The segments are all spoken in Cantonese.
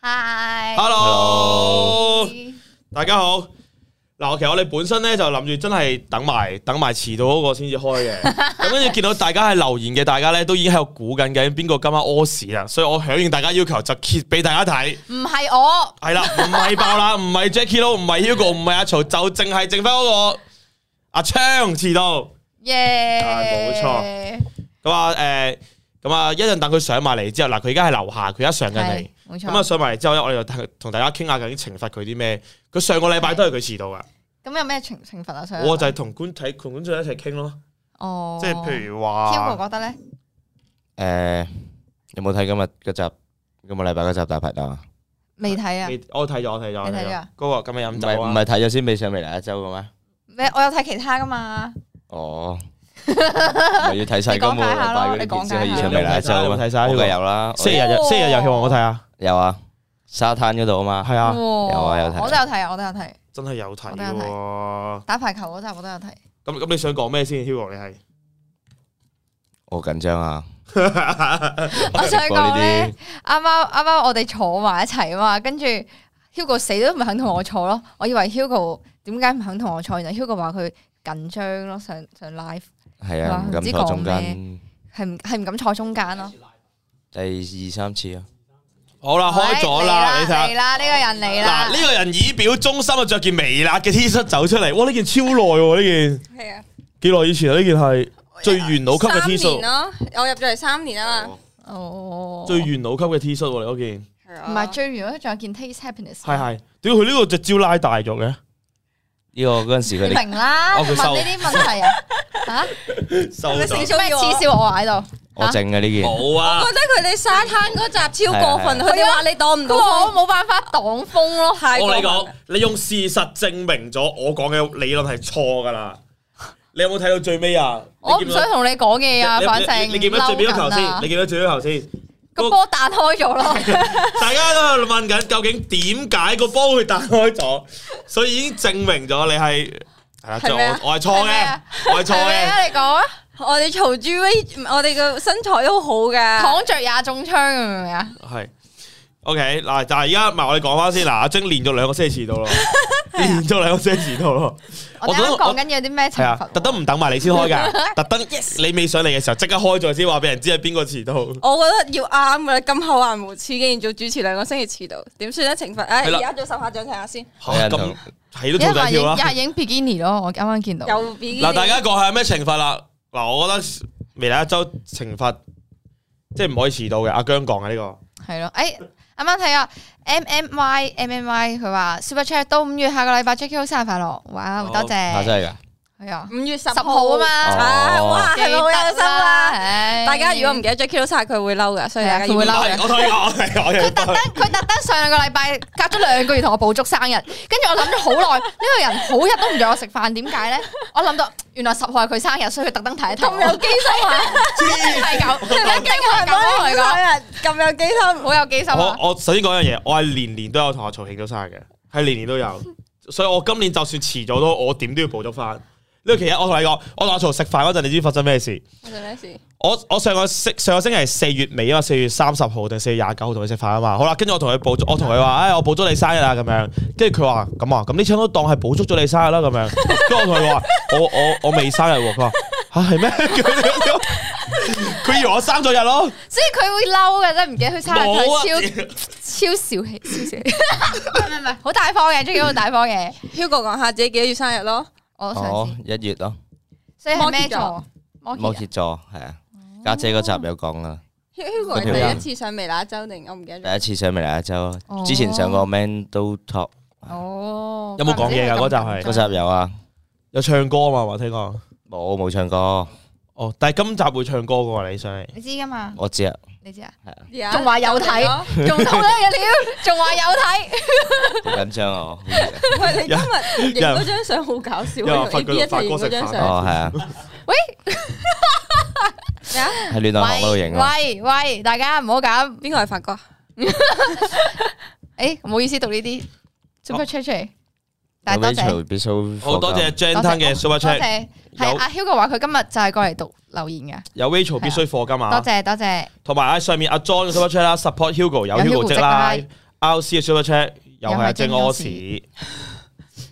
嗨 Hello，大家好。嗱，其實我哋本身咧就諗住真係等埋等埋遲到嗰個先至開 嘅，咁跟住見到大家係留言嘅，大家咧都已經喺度估緊緊邊個今晚屙屎啦，所以我響應大家要求就揭俾大家睇，唔係我， 係啦，唔係爆啦，唔係 Jackie 咯，唔係 Hugo，唔係阿曹，就淨係剩翻嗰個阿昌遲到。耶，係咁啊誒，咁啊一陣等佢上埋嚟之後，嗱佢而家係樓下，佢而家上緊嚟係，。冇錯。咁啊上埋嚟之後咧，我哋就同大家傾下究竟懲罰佢啲咩。佢上個禮拜都係佢遲到噶，咁有咩懲懲罰啊？想我就係同觀睇同觀眾一齊傾咯，哦，即係譬如啊，Hugo 話覺得咧，诶，有冇睇今日嗰集？今個禮拜嗰集大排檔啊？未睇啊？你，我睇咗，我睇咗，我你睇咗咗嗰個今日唔飲係酒唔啊，係睇咗先未上未嚟一周嘅咩？咩？我有睇其他噶嘛？哦，咪要睇晒今個禮拜嗰啲片先可以上未嚟一周啊嘛？你講解下咯我梗係有啦，星期日有哦星期日有戲我睇啊，有啊，沙灘嗰度啊嘛，係 à. 啊，有啊有睇我都有睇啊，我都有睇真係有睇我都有睇喎。打排球嗰集， 我都有睇。咁咁你想講咩先，Hugo 你係？我緊張啊！我想播呢講咧啲。，啱啱啱啱我哋坐埋一齊啊嘛，跟住 Hugo 死都唔肯同我坐咯。我以為 Hugo 點解唔肯同我坐，原來 Hugo 話佢緊張咯，上上 live 係啊，唔敢坐中間，係唔係唔敢坐中間咯。第二三次啊，好啦，開咗啦，喂你睇啊嚟啦下嚟。啦，呢個人嚟啦，嗱，呢個人以表忠心啊，着件微辣嘅 T 恤走出嚟，哇！呢件超耐喎，呢件系啊，幾耐以前啊？呢件係最元老級嘅三 T 恤年。咯，我入咗嚟三年啊嘛，哦，最元老級嘅 T 恤喎，你嗰件係啊唔係最完嗰仲有件 Taste Happiness，係係，屌佢呢個隻招拉大咗嘅，呢個嗰陣時你佢哋，明啦，哦問佢收呢啲問 題啊，吓收咗做咩恥笑我喺度？我整嘅呢件，冇啊我！覺得佢哋沙灘嗰集超過分，係佢哋話你當唔佢到話我風，冇辦法擋風咯，太過我分你講啦。，你用事實證明咗我講嘅理論係錯 噶啦。你有冇睇到最尾啊？我你唔見到想同你講嘢啊，你反你正你你見到最尾嗰球嬲緊啊先？你見到最尾嗰球先？個波彈開咗咯，大家都喺度問緊究竟點解個波會彈開咗，所以已經證明咗你係係啦，即係係咩啊我我係錯係咩嘅啊，我係 錯係咪嘅。啊？你講啊，我哋嘈住 V，我哋個身材都好噶，躺着也中槍，明唔明啊？係 OK 嗱，但係而家唔係我哋講翻先嗱，阿晶連續兩個星期遲 到咯，連續兩個星期遲到咯。我哋我啱都講緊有啲咩系懲啊罰，特喎？登唔等埋你先開 㗎，特登 Yes 你未上嚟嘅時候即刻開咗先，話俾人知係邊個遲到。我覺得要啱噶啦，咁厚顏無恥，竟然做主持兩個星期遲到，點算咧？懲罰，唉，係啦而家做手下掌睇下先，有人咁同係啊一都係兔話仔影跳啦啊一。係影 bikini 咯，我啱啱見到。又比基尼嗱，大家講下有咩懲罰啦？嗱，我覺得未來一周懲罰即係唔可以遲到嘅。阿姜講嘅呢個。系咯，诶、啱啱睇啊，M M Y M M Y，佢話 Super Chat 到五月下個禮拜 Jackie 好生日快樂，哇，好多啊謝，真係㗎，係啊，五月十十號啊嘛唉哇，係咪好有記心得啦啊？唉大家如果唔記得 Jackie 都晒，佢會嬲噶，所以大家係啊 佢會嬲我嘅我推我我推我佢推特登佢特登上個禮拜隔咗兩個月同我補足生日，跟住我諗咗好耐，呢個人好日都唔約我食飯，點解咧？我諗到原來十號係佢生日，所以佢特登睇一睇我。咁有機 心啊！係咁，一定係咁我同你講，啊！咁有機心，好有機心啊！我我首先講一樣嘢，我係年年都有同阿曹慶咗生日嘅，係年年都有，所以我今年就算遲咗都，我點都要補足翻。呢個其一，我同你講，我同阿曹食飯嗰陣，你知發生咩事？發生咩事？我我上個星上個星期係四月尾啊嘛，四月三十號定四月廿九號同佢食飯啊嘛，好啦，跟住我同佢補足，我同佢話，唉、我補足你生日啊咁樣，跟住佢話咁啊，咁呢餐都當係補足咗你生日啦咁樣，跟住我同佢話， 我我我未生日喎，佢話吓係咩？ 佢以為我生咗日咯，所以佢會嬲嘅，真係唔記得佢生日，冇啊佢超！超小氣，超小氣，唔係唔係，好大方嘅，中意好大方嘅。 Hugo 講下自己幾月生日咯，我上哦次，，一月咯，所以係咩座？摩摩羯羯座係啊，家姐嗰集有講啦。 Hugo 嗰條係第一次上微辣一周定我唔記第一得次上未嚟一周哦，之前上過 Man Do Talk 啊哦，有冇講嘢㗎嗰集係嗰集有啊， 有唱歌啊嘛，話聽講。冇冇唱歌， 哦，但係今集會唱歌嘅喎，你上嚟。你知噶嘛？我知啊，你知啊？咗。仲話有睇咯仲痛啦嘅料，仲話有睇，好緊張啊，我喂，你今日影有人嗰張相好搞笑，有人用發 A 覺 P 一齊影發嗰哥食張飯相。哦係啊，咩啊？喺亂檔行嗰度影啊，喂喂喂，大家唔好咁，邊個係發哥？誒唔好意思讀呢啲 super chat 出嚟，但係多謝 Rachel 必須好多謝 Gentle 嘅 Super 多 Chat，謝，有係阿 Hugo 話佢今日就係過嚟讀留言有 Rachel 必須課金嘅，多啊，謝多謝，同埋喺上面阿 John 嘅 Super Chat 啦，support Hugo 有有 Hugo Hugo 積積啦啦， R C 嘅 Super Chat 又又係係阿晶精屙屙屎屎，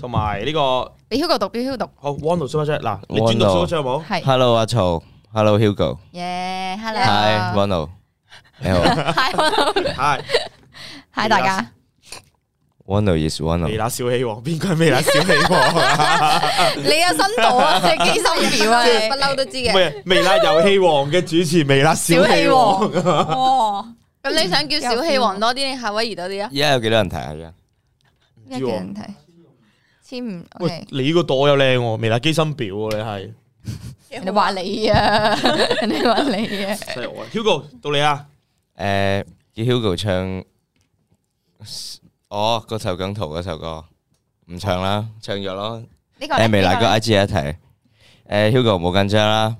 同埋呢個好俾 Hugo 讀，俾 Hugo 讀， One 度 Super Chat 嗱，你 Wando 專讀 Super Chat 有冇？係 Hello 阿曹，Hello Hugo，耶系 w ，hello， a n o 你好 係係，hi 大家， w a n o is w a n o 微辣小氣王，邊個係微辣小氣 王？你有深度啊， 即係機心表啊，你不嬲都知嘅。咩微辣遊戲王嘅主持微辣小小氣氣王王，。哇，咁你想叫小氣王多啲定夏威夷多啲啊？而家有幾多人睇啊？而家一個人睇，千五喂，OK，，你呢個袋又靚喎，微辣機芯表喎，你係 Dạ. 人哋話你啊， 人哋話你啊，犀利喎！Hugo 到你啦，诶，叫 Hugo 唱，哦，嗰首梗圖嗰首歌唔唱啦，唱咗咯。呢個诶，咧微辣呢個個咧 I G 一睇，诶，Hugo 冇緊張啦，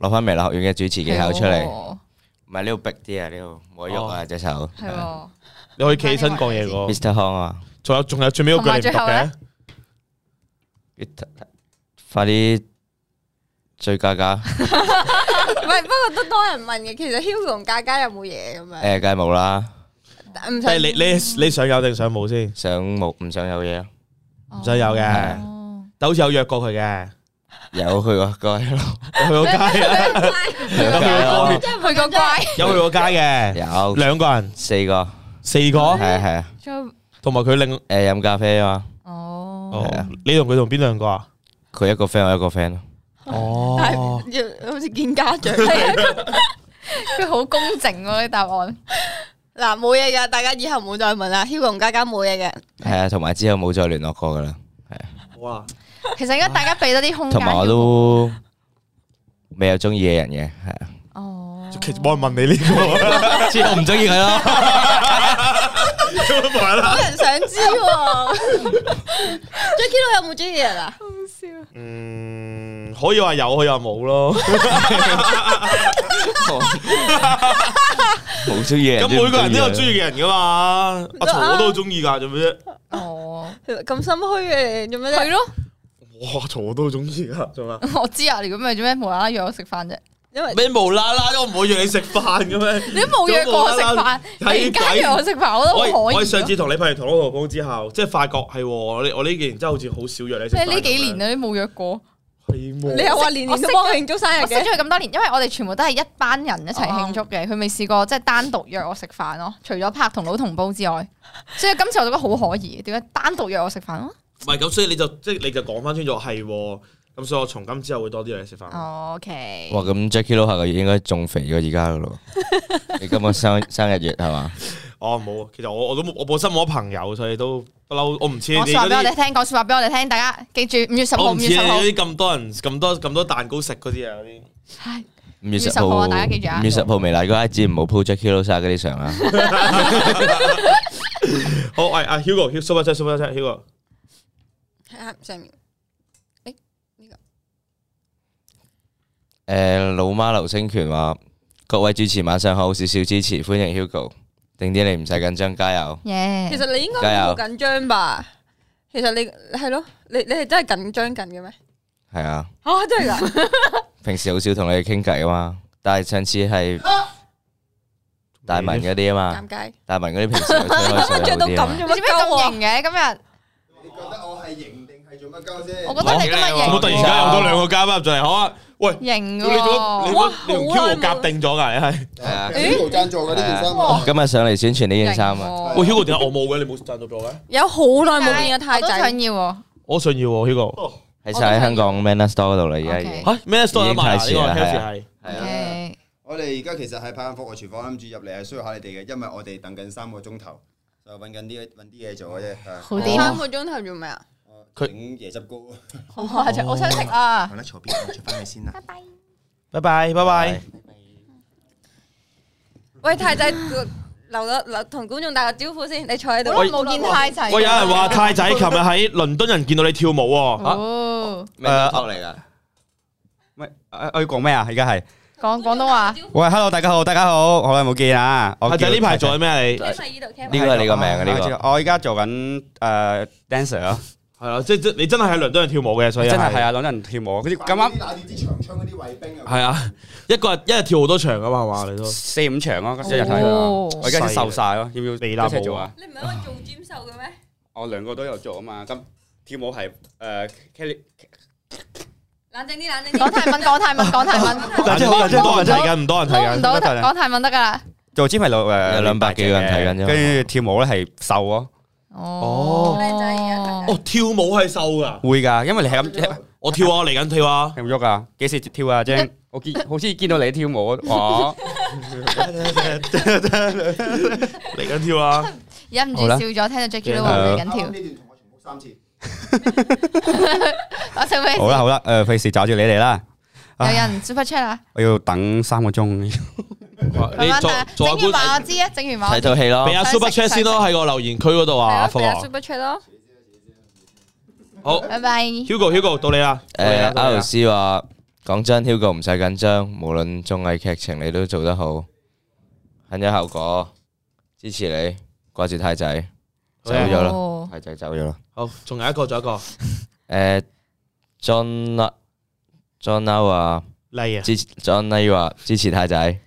攞翻微辣學院嘅主持技巧出嚟，係唔係呢度逼啲啊，呢度冇得喐啊隻手。喎係喎。你可以企起身講嘢喎。 Mr. 康啊，仲有仲有最尾嗰句你唔讀同埋最後咧，嘅快啲追加加，唔係，不過都多人問嘅。其實 Hugo 同嘉嘉有冇嘢咁樣？诶，梗係冇啦，唔但係使你你你想有定想冇先？想冇唔想有嘢啊？唔使有嘅嘅。但好似有約過佢嘅， 有去過 街咯，有去過街啊， 去過街咯，去個乖，有去過街嘅，有兩個人，四個，四係個，係啊，再同埋佢另诶，飲咖啡啊嘛。 哦哦係啊，你同佢同邊兩個啊？佢一個 friend，我一個 friend 咯。但哦，係要好似見家長 佢好公正喎啲答案，嗱，冇嘢噶，大家以後唔好再問啦。Hugo 同嘉嘉冇嘢嘅，係啊，同埋之後冇再聯絡過噶啦。哇，其實而家大家俾多啲空間。同埋我都未有中意嘅人嘅，係啊。哦，其實冇人問你呢個， 之後唔中意佢咯。冇人啦。啲人想知 喎。Jacky 佬有冇中意人啊？嗯，可以話有，可以話冇咯。 冇中意嘅人。咁每個人都有中意嘅人噶嘛，阿曹我都好中意啊㗎，做咩啫？哦，咁心虛嘅做咩係啫？咯，哇，阿曹我都好中意㗎，做咩？我知啊，你咁咪做咩無啦啦約我食飯啫？因為你無啦啦都唔會約你食飯嘅咩？你都冇 約過我食無啦啦飯，突然間約我食飯，我都我可以我啊。上次同你拍完《同老婆公》之後，即係發覺係喎我呢我呢幾年真係好似好少約你食飯咁樣。你呢幾年啊，都冇約過。係喎？你又話年年都幫佢慶祝生日我識嘅，咗佢咁多年，因為我哋全部都係一班人一齊慶祝嘅，佢未試過即係單獨約我食飯咯。除咗拍同老同煲 之外，所以今次我覺得好可疑，點解單獨約我食飯咯？唔係咁，所以你就即係你就講翻清楚係喎。咁所以我從今之後會多啲約你食飯。 O K，哇，咁 Jackie Lou 下個月應該仲肥過而家噶咯。你今 個生生日月係嘛？哦，冇，其實我我都冇我本身冇乜朋友，所以都不嬲，我唔似你我哋説話嗰俾我哋啲，聽，講説話俾我哋聽，大家記住五月十號，我五唔月似十你號哋，嗰啲咁多人咁多咁多蛋糕食嗰啲啊嗰啲。唉五月五月十號啊大家記住啊五月十號微辣嗰 I G 唔好 po Jackie Lou 晒嗰啲相 啊。好，喂，阿 Hugo，Super Chat，Super Chat，Hugo，啊上面誒老媽流星拳話：各位主持晚上好，少少支持，歡迎 Hugo，定啲你唔使緊張，加油！ 耶！其實你應該冇緊張吧？其實你係咯，你你係真係緊張緊嘅咩？係啊，啊，真係㗎！平時好少同你哋傾偈啊嘛，但係上次係大文嗰啲啊 嘛，尷尬，大文嗰啲平時有吹開我水着好到啲啊嘛咁，你做咩做乜咁鳩型嘅今日？你覺得我係型定係做乜鳩啫？我覺得你今我冇突日然型間有多兩個嘉賓入咗嚟，好啊，喂，型屌你做喎，乜你你同哇好耐 Hugo 冇夾定咗㗎？你係？係啊呢度贊助嘅呢件衫哇啊，今日上嚟宣傳呢件衫型啊，喎喂，Hugo 點解我冇嘅？你冇贊助俾我嘅？有好耐冇見嘅太我都仔，想要喎。我想要喎，Hugo。喺晒喺香港 Manner Store 嗰度啦，而家已 OK 經嚇咩 store 有得賣啊？呢個已經太遲啦係 Kelsey 啊係。係啊， OK 我哋而家其實係拍緊福，我廚房諗住入嚟係需要下你哋嘅，因為我哋等緊三個鐘頭，就揾緊啲揾啲嘢做嘅啫。好啊啲三個鐘頭做咩啊？我佢整椰汁糕，好誇張，我想食啊！得坐邊，我坐翻去 先啦。拜拜，拜拜。喂，太仔留咗留同觀眾打個招呼先，你坐喺度。好耐冇見太哦仔。喂，有人話啊太仔琴日喺倫敦人見到你跳舞喎。哦，咩托嚟㗎？喂，誒我要講咩啊？而家係講廣東話。喂，hello，大家好，大家好，好耐冇見啊！我太仔叫呢排做緊咩啊？你呢度 c a 呢個係你個名啊呢個我而家做緊誒 ờ, dancer à? 咯，係啊，即即你真係喺倫敦跳舞嘅，所以真係係啊，兩人跳舞，跟住咁啱拿住支長槍嗰啲衛兵係啊，一個人一日跳好多場噶嘛，係嘛你都四五場咯，一日睇哦我而家啲瘦晒咯，要唔要微辣一齊舞做啊啊？你唔係我做尖瘦嘅咩？我兩個都有做啊嘛，咁跳舞係誒 Kelly 冷靜啲，冷靜講泰文，講泰文，講泰文，大姐好大姐唔多人大姐睇緊，唔多人睇撈唔緊。到得啦講泰文得噶啦。做 gym 係六誒有兩百幾個人睇緊啫嘛跟住跳舞咧係瘦咯，哦靚仔而哦，跳舞係瘦噶，會㗎，因為你係咁我跳啊，我嚟緊跳啊。跳唔喐啊，幾時跳啊姐？我見好似見到你跳舞，我嚟緊跳啊！忍唔住好啦笑咗，聽到 Jackie 都正話啊嚟緊跳 呢，段同我重複三次，我想咩？好啦好啦，誒費事找住你哋啦，有人 super chat 啊！我要等三個鐘。你慢慢做打做整完話我下官，知啊，整完話睇我知套戲咯俾。阿 Super Chat 先咯，喺個留言區嗰度啊，阿福啊。 Super Chat 咯，好拜拜。 ，Hugo Hugo 到你啦。诶到你，L 啦 C 話：講真，Hugo 唔使緊張，無論綜藝劇情你都做得好，很有效果，支持你。掛住太仔，走好咗啊啦，哦太仔走咗啦。好，仲有一個，仲有一個，诶，John Lau- John Lau 話例啊。支 John à, Lau 話支持太仔，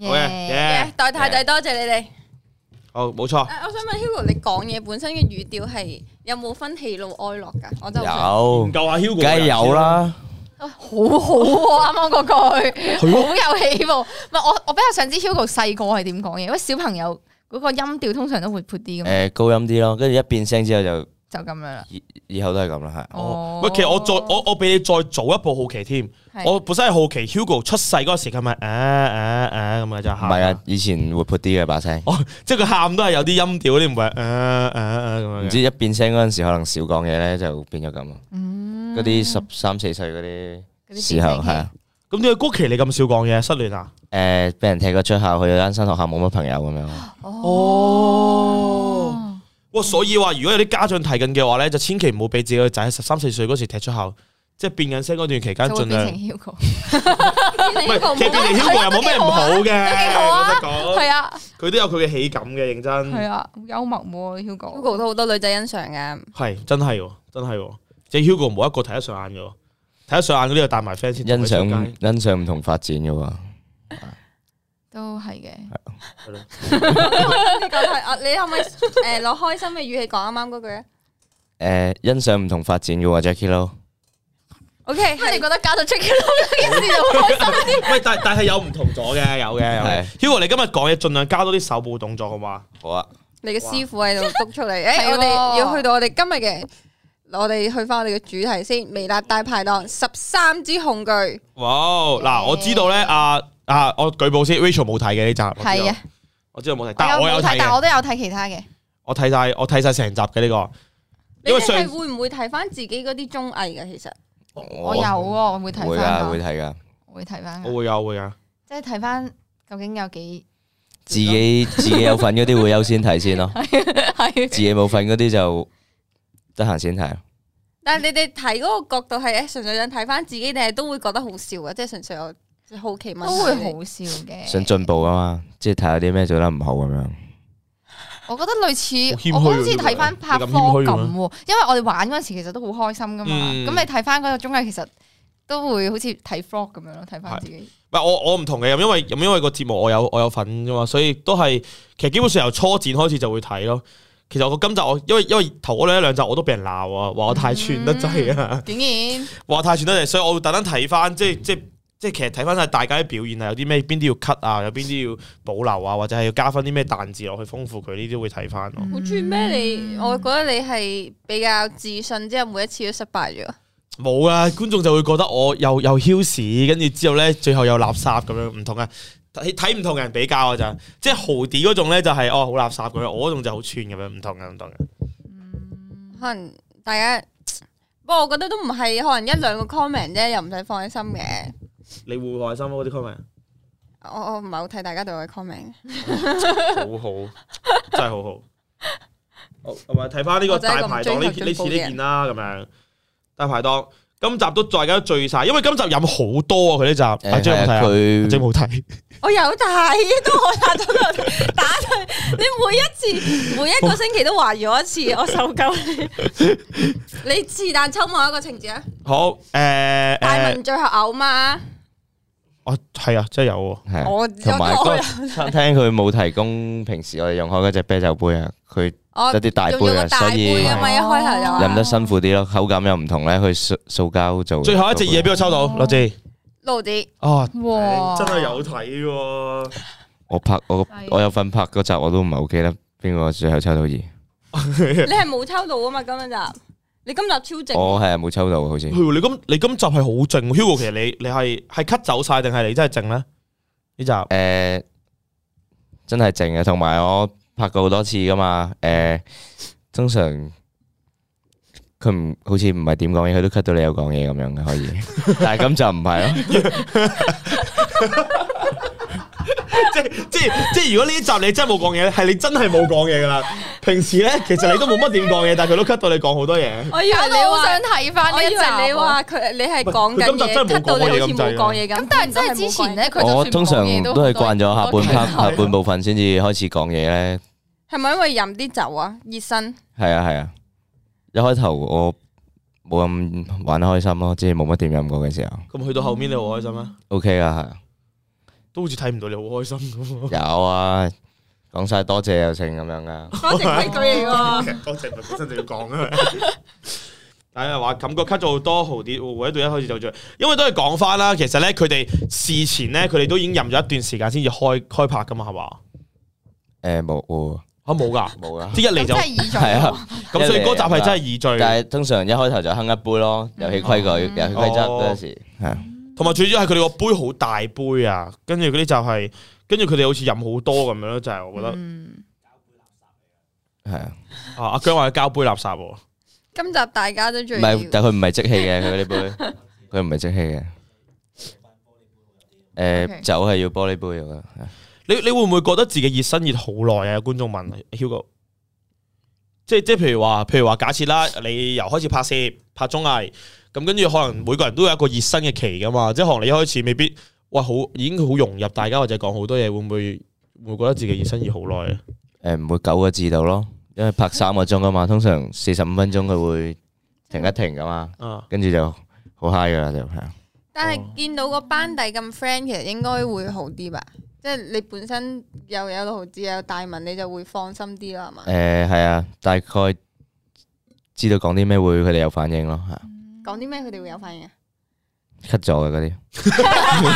好嘅，耶耶，代太仔多謝你哋。好，冇錯。哎誒我想問 Hugo，你講嘢本身嘅語調係有冇分喜怒哀樂㗎？我真係好想有唔，夠阿 Hugo，啊梗係有。啦。好好喎，啱啱嗰句好有氣氛。唔係我我比較想知 Hugo 細個係點講嘢，因為小朋友嗰個音調通常都活潑啲咁，诶，高音啲咯，跟住一變聲之後就就咁樣啦。以以後都係咁啦，係。哦，喂，其實我再我我俾你再早一步好奇添，係我本身係好奇 Hugo 出世嗰個時，佢咪啊啊啊咁嘅就唔喊。係啊，，以前活潑啲嘅把聲，哦，即係佢喊都係有啲音調嗰啲，唔係啊啊啊咁樣唔嘅。知一變聲嗰陣時可能少講嘢咧，就變咗咁啊。嗰啲十三四歲嗰嗰啲啲時候變聲器係啊，咁點解高奇你咁少講嘢？失戀啊？誒俾人踢咗出校，去咗單身學校冇乜朋友咁樣。哦，哇！所以話，如果有啲家長提緊嘅話咧，就千祈唔好俾自己個仔喺十三四歲嗰時踢出校，即係變緊聲嗰段期間，就會盡變量成 Hugo，唔係，其實變成 Hugo 又冇咩唔好嘅，啊都幾好啊老實講，係啊佢都有佢嘅喜感嘅，認真係啊，好幽默喎 Hugo。 Hugo 都好多女仔欣 賞㗎。係真係喎，真係喎，即係 Hugo 冇一個睇得上眼嘅喎，睇得上眼嗰啲就帶埋 friend 先欣同佢賞出街欣賞唔同發展嘅喎，都係嘅，你講係啊？你可唔可以 誒攞開心嘅語氣講啱啱嗰句啊誒欣賞唔同發展嘅喎，Jackie Lou。 ？OK，係咁你覺得加到 Jackie 呢件事就開心啊啲？喂，但但係有唔同咗嘅，有嘅有嘅係。 Hugo，你今日講嘢盡量加多啲手部動作好嘛？好啊，你嘅師傅喺度督促你。係誒，我喎哋要去到我哋今日嘅，我哋去翻我哋嘅主題先。微辣大排檔十三支恐懼，哇！哦嗱，我知道咧，阿阿我舉報先，Rachel 冇睇嘅呢集，我知道係啊，，我知道冇睇，但係我我有有睇，睇但嘅我，都有睇其他嘅。我睇晒我睇晒成集嘅呢個，你因為哋係上會唔會睇翻自己嗰啲綜藝㗎？其實我我有喎，我會睇會啊翻㗎，會㗎，睇㗎，我會睇翻㗎，我會有會啊有。即係睇翻究竟有幾自己自己有份嗰啲會優先睇先咯，係自己冇份嗰啲就得閒先睇。但係你哋睇嗰個角度係誒純粹想睇翻自己，定係都會覺得好笑啊嘅？即係純粹我即係好奇問。都會好笑嘅。想進步啊嘛，即係睇下啲咩做得唔好咁樣。我覺得類好謙似虛我啊好似睇翻拍科你咁謙虛咁嘅咩喎，因為我哋玩嗰陣時其實都好開心噶嘛。嗯咁你睇翻嗰個綜藝，其實都會好似睇 vlog 咁樣咯，睇翻自己。唔係我我唔同嘅，因為咁因為個節目我有我有份啫嘛，所以都係其實基本上由初展開始就會睇咯。其實我今集我因為因為頭嗰兩集我都俾人鬧啊，話我太串得滯啊，竟然 話太串得滯，所以我會特登睇翻即係即係即係其實睇翻晒大家啲表現啊，有啲咩邊啲要 cut 啊，有邊啲要保留啊，或者係要加翻啲咩彈字落去豐富佢呢啲會睇翻咯。好中意咩？嗯你我覺得你係比較自信，之後每一次都失敗咗。冇啊，觀眾就會覺得我又又囂屎，跟住之後咧，最後又垃圾咁樣，唔同啊！睇睇唔同人比較啊，就即係豪啲嗰種咧，就係哦好垃圾咁樣，我嗰種就好串咁樣，唔同嘅唔同嘅。嗯可能大家，不過我覺得都唔係，可能一兩個 comment 啫，又唔使放喺心嘅。你會開心嗰啲 comment 我我唔係好睇大家對我嘅 comment，好好，真係好好。好，同埋睇翻呢個大排檔呢我真係咁追呢次求進呢步嘅件啦，咁樣大排檔今集都大家都聚晒，因為今集飲好多啊！佢呢集阿誒張有冇睇啊？阿佢張冇睇，我有睇，都我打咗佢，打佢。你每一次，每一個星期都話咗一次，我受夠你。你是但抽某一個情節啊？好诶大诶，文最後嘔嘛？我系啊，真系有喎。係我同埋我嗰個餐廳佢冇提供平時我哋用開嗰只啤酒杯啊，佢我一啲大仲要杯個啊，大所杯以啊嘛，一開頭就話飲得辛苦啲咯，口感又唔同咧，佢塑塑膠做。最後一隻嘢俾我抽到，羅志。露子。哦，哇，真係有睇喎。我拍我我有份拍嗰集，我都唔係好記得邊個最後抽到二，你係冇抽到啊嘛？今集你今集超正，我哦係啊冇抽到好似譬。如你今你今集係好靜，Hugo 其實你你係係 cut 走晒定係你真係靜咧？呢集嗯诶、真係靜嘅，啊同埋我拍過好多次噶嘛。诶、通常佢唔好似唔係點講嘢，佢都 cut 到你有講嘢咁樣嘅 可以，但係咁就唔係咯。即係即係即係如果呢一集你真係冇講嘢咧，係你真係冇講嘢噶啦。平時咧其實你都冇乜點講嘢，但係佢都 cut 到你講好多嘢。我以為搞你到啊我好話想，睇翻我呢一以集為喎。你話佢你係講佢緊今集嘢真係冇 cut 到你講好嘢似咁滯冇講嘢咁。咁，但係真係之前咧，佢就我算通常講嘢都都係好多慣咗下半嘢 part 下係半部分先至開始講嘢咧。係咪因為飲啲酒啊？熱身係啊係啊，一開頭我冇咁玩得開心咯，即係冇乜點飲過嘅時候。咁去到後面你好開心啊， O K 啊，都好似睇唔到你好開心 咁。係啊有啊，講晒多謝又成咁樣啊噶。多謝規矩嚟喎。多謝咪本身就要講啊。但係話感覺 cut 咗好多毫啲，或者到一開始就最，因為都係講翻啦。其實咧，佢哋事前咧，佢哋都已經任咗一段時間先至開開拍噶嘛，係嘛？诶冇喎嚇冇㗎，冇啊。即係一嚟咁就真係易係咗啊。咁，所以嗰集係真係易醉。但係通常一開頭就哼一杯咯，嗯遊戲規哦矩、遊戲規則嗰陣時，係啊同埋最主要係佢哋個杯好大杯啊，跟住嗰啲就係，跟住佢哋好似飲好多咁樣咯，就係我覺啊得嗯係啊，啊，阿姜話佢膠杯垃圾喎，今集大家都唔最係，要但佢唔係即氣嘅，佢嗰啲 杯，佢唔係即氣嘅。誒 OK 酒係要玻璃杯，我覺得你你會唔會覺得自己熱身熱好耐啊？有觀眾問 Hugo，即係即係譬如話，譬如話假設啦，你由開始拍攝拍綜藝，咁跟住可能每個人都有一個熱身嘅期噶嘛，即係可能你一開始未必哇好已經好融入大家或者講好多嘢，會唔會會唔會覺得自己熱身熱好耐啊？誒唔會九個字度咯，因為拍三個鐘噶嘛，通常四十五分鐘佢會停一停噶嘛，啊，跟住就好 high 噶啦就係啊。但係見到個班底咁 friend，其實應該會好啲吧？即係你本身又有六毫子，又有大文，你就會放心啲啦，係嘛？誒係啊，大概知道講啲咩會佢哋有反應咯，係啊講啲咩佢哋會有反應啊？ cut 咗嘅嗰啲。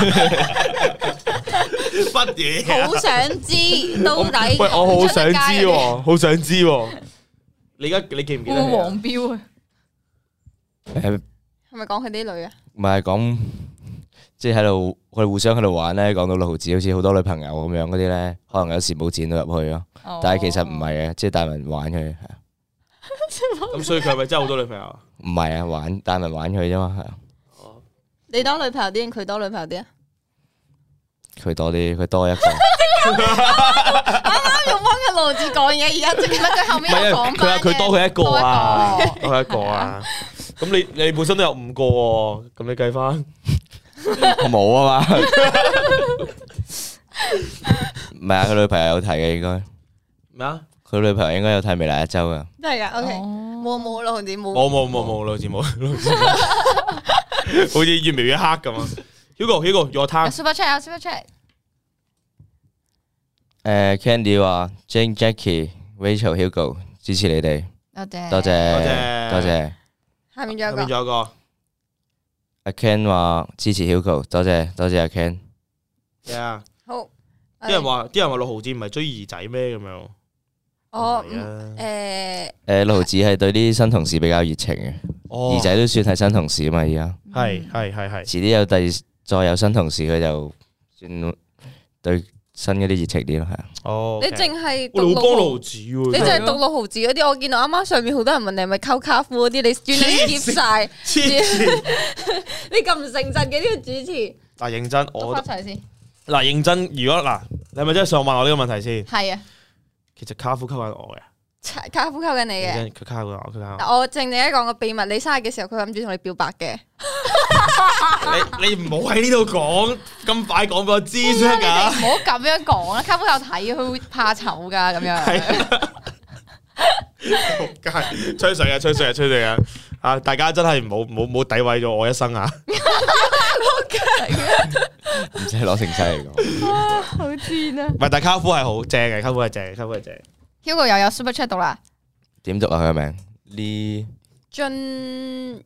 乜嘢 好想 知到底喂，我好想知喎，好想知喎。你而家你記唔記得會起啊？黃標啊！誒係咪講佢啲女啊？唔係講，即係喺度，佢哋互相喺度玩咧，講到六毫子好似好多女朋友咁樣嗰啲咧，可能有時冇剪到入去咯。哦但係其實唔係嘅，即係大文玩佢，係啊咁所以佢係咪真係好多女朋友啊？唔係啊，玩大文玩佢啫嘛，係啊你多女朋友啲定佢多女朋友 啲啊？佢多啲，佢多一個。啱用幫嘅路子講嘢，而家即唔係佢後唔面係有啊，講佢話翻佢多佢一個啊，多一個多佢一個 啊。咁你你本身都有五個喎，咁你計翻我冇啊嘛。唔係啊，佢女朋友有睇嘅應該，咩啊？佢女朋友應該有睇未來一周噶。 真係噶。OK，冇冇路子冇。冇冇冇冇，老字冇，老字 冇好似越描越黑咁啊！Hugo Hugo，your 有 time，啊 super chat 有 super chat，誒，Candy À, 話 Jane、Jackie、Rachel、Hugo 支持你哋，多謝多多謝謝多謝。下面仲下有面個仲有一個阿 À, Ken 話支持 Hugo，多謝多謝阿 Ken。 ，yeah，好。啲人話啲人話六毫子唔係追二仔咩咁樣？我唔係啊誒誒，六毫子係對啲新同事比較熱情嘅，哦二仔都算係新同事啊嘛，而家係係係係。遲啲有第再有新同事，佢就算對新嗰啲熱情啲咯，係啊。哦，你淨係我哋好讀幫六毫老子喎，你真就係係讀六毫子嗰啲，我見到啱啱上面好多人問你係咪溝卡夫嗰 啲，你專登接晒，黐線。你咁唔誠實嘅呢個主持，嗱，認真，讀我翻齊先，嗱認真，如果嗱，你係咪真係想問我呢個問題先？係啊，其實卡夫溝緊我嘅，卡夫溝緊你認嘅。真佢卡緊我，佢卡緊但我正正一講個秘密，你生日嘅時候佢諗住同你表白嘅，你你唔好喺呢度講，咁啊快講俾我知你先得哋㗎。唔好咁樣講啦，卡夫有睇佢會怕醜噶咁樣。係，吹水啊，吹水啊，吹水啊！啊，大家真係唔好唔好唔好诋毀咗我一生啊！唔使攞成世嚟講。好賤啊唔係，但卡夫係好正嘅，卡夫係正嘅，卡夫係正嘅。 ！Hugo 又有 super chat 到啦，點讀啊佢個名？呢俊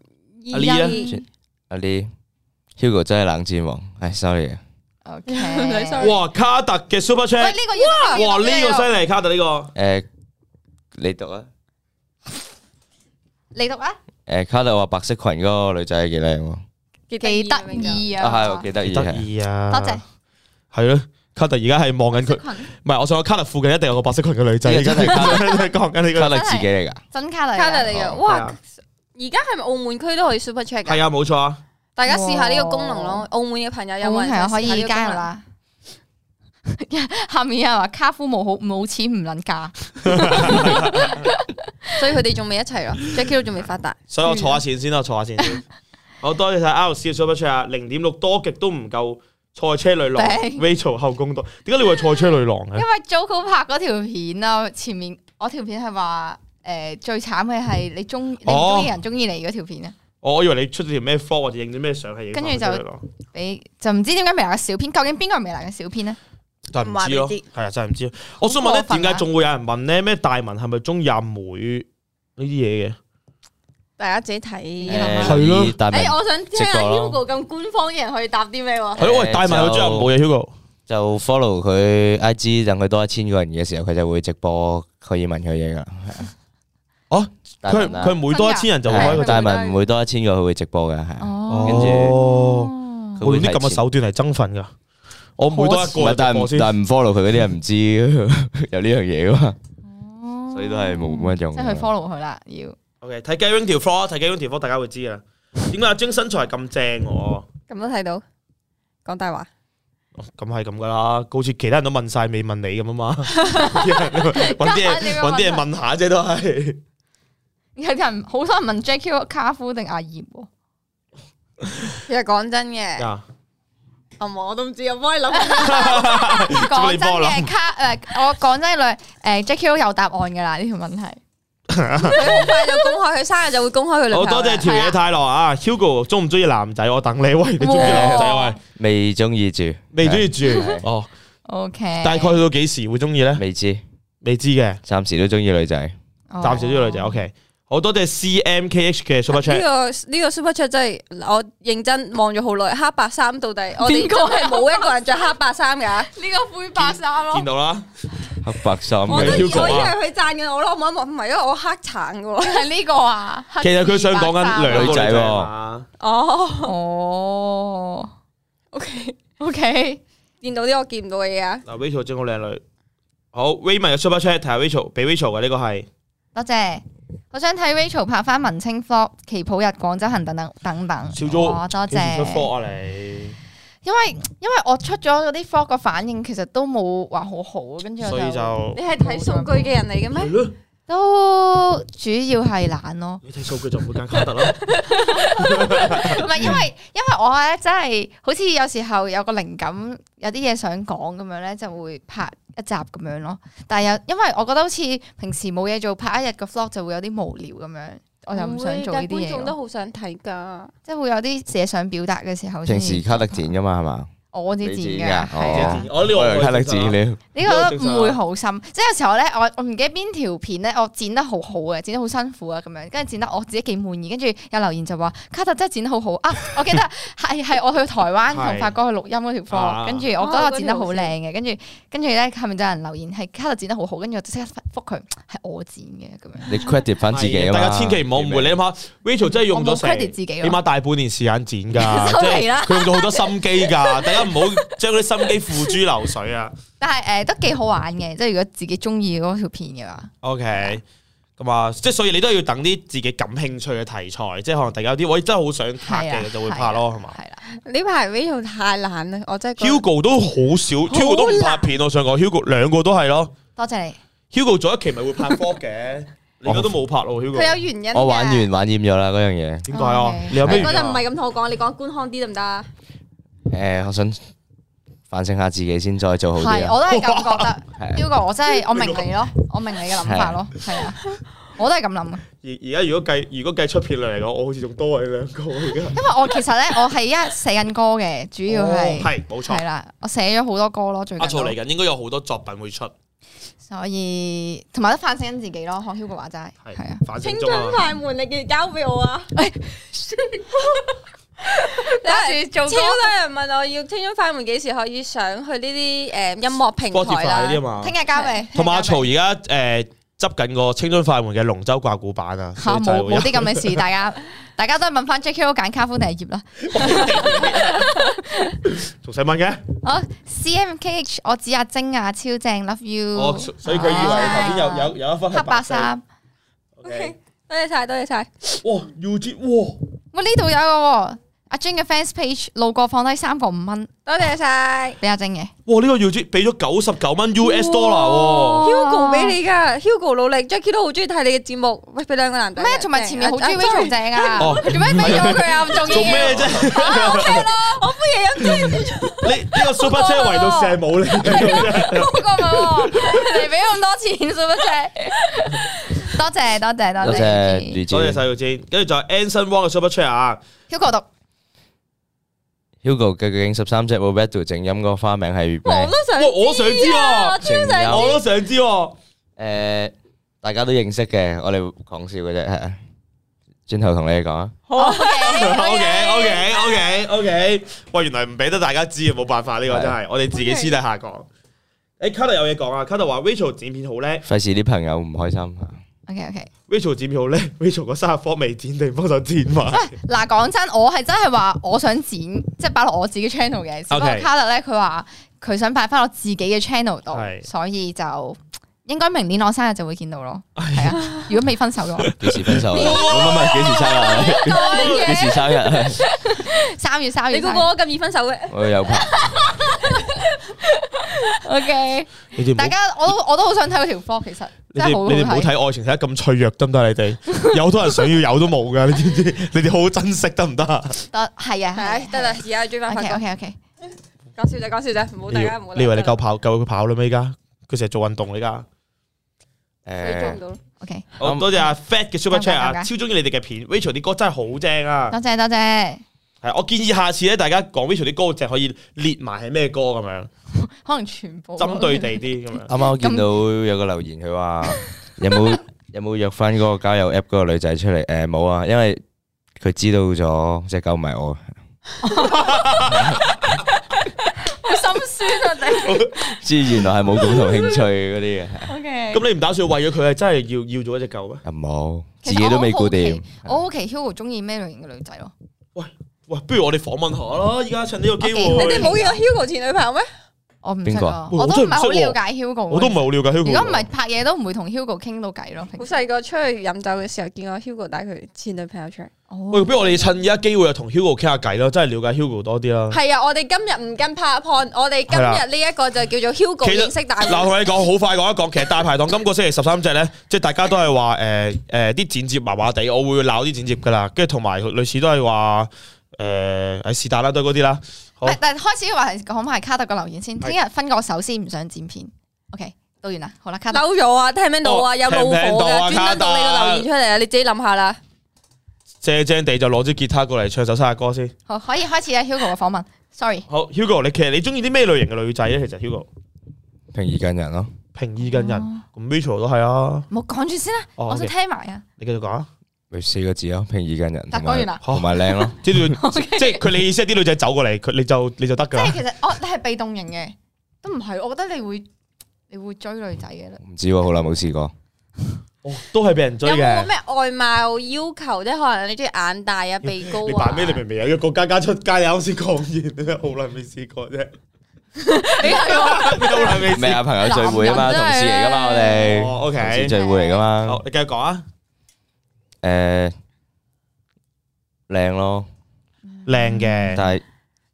阿 Lee 啊欣阿呢 Hugo 真係冷戰王，唉 sorry 啊， OK，唔使喂 sorry 哇，卡特嘅 Super 呢 Chat，個要哇呢個個犀利，卡特呢個誒你讀啊？你讀啊，誒卡特話白色裙嗰個女仔幾靚喎，幾幾啊得意啊係啊我！幾得意得係意啊！多謝，係咯，卡特而家係望緊佢，群唔係我想講卡特附近一定有個白色裙嘅女仔，呢個真係卡特真係講緊呢卡個，特自己嚟㗎，真卡嚟㗎，卡特嚟嘅，哦哇！係啊而家係咪澳門區都可以 super check 噶？係啊，冇錯啊，大家試下呢個功能咯，澳門嘅朋友有冇有人朋友想可試下呢以個加入功能？啦。 下面有人話卡夫冇好冇錢唔撚嫁，所以佢哋仲未一齊咯，Jackie 都仲未發達。所以我坐下錢先啦，坐下錢先。好多謝晒 R C 嘅 Super Chat 啊，零點六多極都唔夠賽車女郎頂 Rachel 後宮多，點解你會係賽車女郎因嘅？為 Jojo 拍嗰條片啊，前面我條片係話誒最慘嘅係你中你唔中意人中意你嗰條片啊，我我以為你出咗條咩科或者影咗咩相係影跟住賽車就女郎你就唔知點解微辣嘅小編，究竟邊個係微辣嘅小編呢？但係唔知咯，唔話你係啊，真係唔知。我想問咧，好過點分啊解仲會有人問咧？咩大文係咪中意阿妹呢啲嘢嘅？大家自己睇。誒係啊咯咦，大文誒，我想聽直下播咯 Hugo 咁官方嘅人可以答啲咩喎？係咯，喂，大文佢中意阿妹嘅 Hugo，就 follow 佢 IG，等佢多一千個人嘅時候，佢就會直播可以問佢嘢㗎。 哦，大佢文啊佢每多一千人就會開係個佢大文唔會多一千個，佢會直播嘅，係啊。哦跟住佢會用啲咁嘅手，手段嚟爭粉㗎。我每多一唔係個就但係播唔先。但係唔 follow 佢嗰啲人唔知 有呢樣嘢噶嘛，哦所以都係冇乜用即係去 follow 佢啦，要 OK，睇 g a r i n 條 floor，睇 g a r i n 條 floor，大家會知㗎啦。點解阿晶身材咁正喎？咁都睇到，講大話。哦咁係咁噶啦，好似其他人都問晒，未問你咁啊 嘛。揾啲嘢揾啲嘢問下啫，都 係。有人好多人問 JQ 卡夫定阿葉 喎，其實講真嘅，啊阿毛 我都唔知，我幫你諗。講你真幫我諗嘅卡誒，我講真兩誒 JQ 有答案㗎啦呢條問題。佢好快就公開佢生日就會公開佢女朋好友啦。多謝條係野啊太郎啊，Hugo 中唔中意男仔？我等你喂，你中意男仔未中 意住，喂，未中意住係 哦。 O K，大概去到幾時會中意咧？未知，未知嘅，暫時都中意女仔。哦暫時中意女仔。O K，好多謝 C M K H 嘅 Super 呢 Chat。個呢個 super chat 真係我認真望咗好耐，黑白衫到底我哋 邊個真係冇一個人着黑白衫 噶。呢個灰白衫見。到啦，黑白衫我係都嘅以為 Hugo 啊佢讚緊我咯，我望一望，唔係因為我黑 橙噶。係呢個啊，其實佢想講緊兩個女仔女仔喎喎啊哦哦，OK， ，O K，見到啲我見唔到嘅嘢啊。嗱，Rachel 真好靚女。好，Raymond 嘅 Super Chat 睇下 Rachel，俾 Rachel 嘅呢個係。多謝。我想睇 Rachel 拍翻文青 vlog、旗袍日、廣州行等等等等。少咗哇哦多幾時哦出謝。科啊你？因為因為我出咗嗰啲 vlog 個反應其實都冇話好好，跟住我所以就你係睇數據嘅人嚟嘅係咩？咯，都主要係懶 咯。你睇數據就唔會揀卡特 啦。唔係因為因為我咧真係好似有時候有個靈感，有啲嘢想講咁樣咧，就會拍一集咁樣咯。但係有因為我覺得好似平時冇嘢做，拍一日個 vlog 就會有啲無聊咁樣，我就唔想做呢啲觀嘢眾都咯。好想睇噶。即係會有啲嘢想表達嘅時候先。平時卡特剪噶嘛係嘛？我啲字你嘅剪 㗎係啊哦我呢我以個啊為卡特剪你。 了，呢個都唔會好深，即係有時候咧，我我唔記得邊條片咧，我剪得好好嘅，剪得好辛苦啊咁樣，跟住剪得我自己幾滿意，跟住有留言就話卡特真係剪得好 好啊！我記得係係我去台灣同法哥去錄音嗰條啊課，跟住我覺得我剪得好靚嘅，跟住跟住咧下面就有人留言係卡特剪得好好，跟住我就即刻覆佢係我剪嘅咁樣，你 credit 翻自己啊嘛大家千祈唔好誤會，你諗下，Rachel 真係用我咗冇成啊 credit 自己起咯碼大半年時間剪 㗎，收即皮係啦佢用咗好多心機㗎， 大家唔好將嗰啲心機付諸流水啊。但係誒、呃都幾好玩嘅，即係如果自己中意嗰條片嘅話， OK，咁啊，即係所以你都要等啲自己感興趣嘅題材，即係可能大家有啲我真係好想拍係啊嘅就會拍咯，係嘛係啦，呢排 Rachel 太懶啦，我真係覺得。 ？Hugo 都好少，Hugo 都唔拍片，我想講 Hugo 兩個都係咯。多謝你。 Hugo 做一期咪會拍 vlog 嘅，你而家都冇拍咯佢有，Hugo。原因嘅我玩完玩厭咗啦嗰樣嘢。點解啊哦？OK？你有咩你原嗰因陣唔啊？係咁同我講，你講官腔啲得唔得？诶，我想反省下自己先，再做好係，啲啊。我都係咁覺得。係 Hugo，我真係我明你咯，我明你嘅諗法咯，係啊，我都係咁諗嘅。而而家如果計如果計出片量嚟講，我好似仲多你兩個而家。因為我其實咧，我係一寫緊歌嘅，主要係哦係係冇錯。啦，我寫咗好多歌咯，最阿近曹都嚟緊應該有好多作品會出，所以同埋都反省緊自己咯。學 Hugo 話齋係係啊，反省青中春啊！快門，你要交俾我啊！跟住超多人問我要青春快門幾時可以上去呢啲誒音樂平 Spotify 台嗰啲啊啦？嘛，聽日交俾同埋 阿聽日交曹俾而家誒執緊個青春快門嘅龍舟掛鼓版啊，嚇所以就冇會有冇啲咁嘅事，大家大家都係問翻 JQ 揀卡夫定係葉啦。仲使問嘅？好 CMKH，我指阿晶啊，超正，love you。啊哦，所所以佢以為頭先有有有一分黑白係白色。衫。 OK 多謝晒，多謝晒。哇，U G，哇！喂，呢度有一個喎，阿晶嘅 fans page 路過放低三個五蚊多謝晒俾阿晶嘅。哇！呢個要知俾咗九十九蚊 US 哦 dollar 喎， Hugo 俾你噶，Hugo 努力，Jackie 都好中意睇你嘅節目，喂，俾兩個男仔。咩？同埋前面好中意 Rachel 仔，正啊 哦，做咩俾咗佢啊？唔重要。做 咩啫？我歡迎飲 你呢個 super chat 圍到射舞嚟，高過我喎，你俾咁多錢 super chat，多謝多謝多多謝謝。吕子 多謝晒佢先。跟住就係 Anson Wong 嘅 super chat 啊， Hugo 讀 Hugo 嘅究竟十三隻 r o b e r t 正音嗰個花名係我咩？都想哇！我想知啊，正音我都想知喎。诶，大家都認識嘅，我哋講笑嘅啫。係啊轉頭同你哋講啊。哦 O K O K O K O K，喂，原來唔俾得大家知啊，冇辦法呢個真係，我哋自己私底下講。誒，卡特有嘢講啊，卡特話 Rachel 剪片好叻費事啲朋友唔開心啊！ OK OK。 ，Rachel 剪片好叻，Rachel 個生日科未剪定幫手剪埋。啊嗱，講真，我係真係話我想剪，即係擺落我自己 channel 嘅。只不過 OK 卡特咧，佢話佢想擺翻落自己嘅 channel 度，係所以就應該明年我生日就會見到咯。係啊，如果未分手嘅話， 幾時 分手啊？唔唔唔，唔幾時生日啊？幾時生 日啊？三月三月你生嗰日。個咁易分手嘅，我有拍 OK， 你哋唔好大家我都我都好想睇嗰條 vlog，其實你真係哋你哋唔好好好睇。睇愛情睇得咁脆弱得唔啊得？你 哋有好多人想要有都冇噶，你知唔 知？你哋好好珍惜得唔得啊？得係啊，係啊係得啦，。而家追翻發 OK 哥， OK OK，講笑啫，講笑啫，唔好你大以家唔好。為你以為你夠？跑夠佢跑啦咩？依家佢成日做運動嚟噶。你做唔誒，到咯。 OK，好啱多謝阿 Fat 嘅 Super 啱嘅 Chat 啊，啱嘅超中意你哋嘅片，Rachel 啲歌真係好正啊！多謝多謝。係我建議下次咧，大家講 Rachel 啲歌就可以列埋係咩歌咁樣，可能全部針對地啲咁樣。啱啱我見到有個留言，佢話有冇有冇約翻嗰個交友 app 嗰個女仔出嚟？誒冇啊，因為佢知道咗只狗唔係我，好 心酸啊！知原來係冇共同興趣嗰啲你嘅，OK，咁你唔打算為咗佢係真係要要咗一隻狗咩？啊冇，其自實己都未顧掂。啊我好奇 Hugo 中意咩類型嘅女仔咯？喂，不如我哋訪問下嗯啦，依家趁呢個機我你見會，哋冇見過 Hugo 前女朋友咩？我唔邊識個啊啊，我我都真係唔係好唔識喎了解 Hugo。啊我都唔。係好了解 Hugo 如啊喎。果唔係拍嘢，都唔會同 Hugo 傾到偈咯。好平時細個出去飲酒嘅時候見過 Hugo 帶佢前女朋友出嚟。喂，哦，不如我哋趁而家機會啊，同 Hugo 傾下偈啦，真係了解 Hugo 多啲啦。係啊，我哋今日唔跟 part point，我哋今日呢一個就叫做 Hugo 其實認識大會。嗱，同你講好快講一講，其實大排檔今個星期十三隻咧，即係大家都係話誒誒啲剪接麻麻地，我會鬧啲剪接噶啦，跟住同埋類似都係話誒喺是但啦，都係嗰啲啦。好但但開始嘅話係講埋卡特個留言先。係聽日分個手先，唔想剪片。OK，到完啦，好啦，卡特。嬲咗啊！聽唔聽到啊？哦有怒火聽唔聽到啊嘅，專登讀卡特你個留言出嚟啊！你自己諗下啦。正正地就攞支吉他過嚟唱首生日歌先。好，可以開始啦，Hugo 嘅訪問。Sorry，好，Hugo，你其實你中意啲咩類型嘅女仔咧？其實 Hugo 平易近人咯，平易近人，哦咁 Rachel 都係啊。冇講住先啦，哦我想，OK，聽埋啊。你繼續講啊。咪四個字咯，平易近人，但同講完埋啦同埋 靚咯，即係即係佢你意思係啲女仔走過嚟，佢你就你就得㗎即係啦。其實我你係被動型嘅，都唔係。我覺得你會你會追女仔嘅啦。唔知喎，好耐冇試過。哦都係俾人追有冇嘅。咩外貌要求啫？可能你中意眼大啊、鼻高啊。你扮咩？你明唔明啊？一個家家出街，你啱先講完，你真係好耐未試過啫。你係我 你好耐未試過咩啊？朋友聚會啊嘛，男人真係同事嚟噶嘛，我哋哦同事，OK，聚會嚟噶嘛好，，你繼續講啊。誒靚咯，靚嘅，但係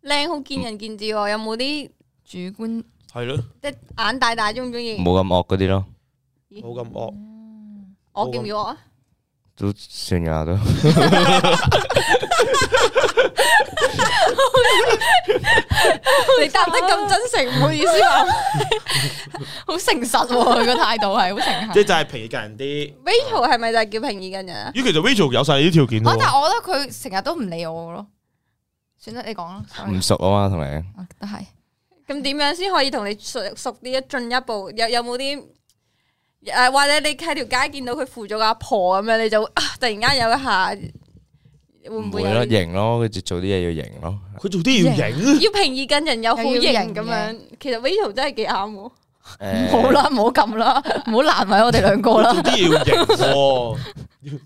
靚好見仁見智喎，有冇啲主觀 係咯，即係眼大大中唔中意？冇咁惡嗰啲咯。冇咁惡。我叫唔要我啊？都算噶啦都。你答得咁真誠，唔好意思 啊。好誠實喎，佢個態度係好誠即懇。係就係平易近人啲。 Rachel 係咪就係叫平易近人啊？咦，其實 Rachel 有晒呢啲條件啊，但喎，係我覺得佢成日都唔理我咯。算啦，你講啦。sorry 唔熟啊嘛，同你啊都係咁點樣先可以同你熟熟啲一進一步？有有冇啲诶，或者你喺條街見到佢扶咗個阿婆咁樣，你就啊突然間有一下，會唔唔會會有咯，型咯，佢做啲嘢要型咯。佢做啲要影，要平易近人又好又要型型咁樣？其實 Rachel 真係幾啱喎。誒唔好，啦，唔好咁啦，唔好難為我哋兩個做啦。啲要型 喎。點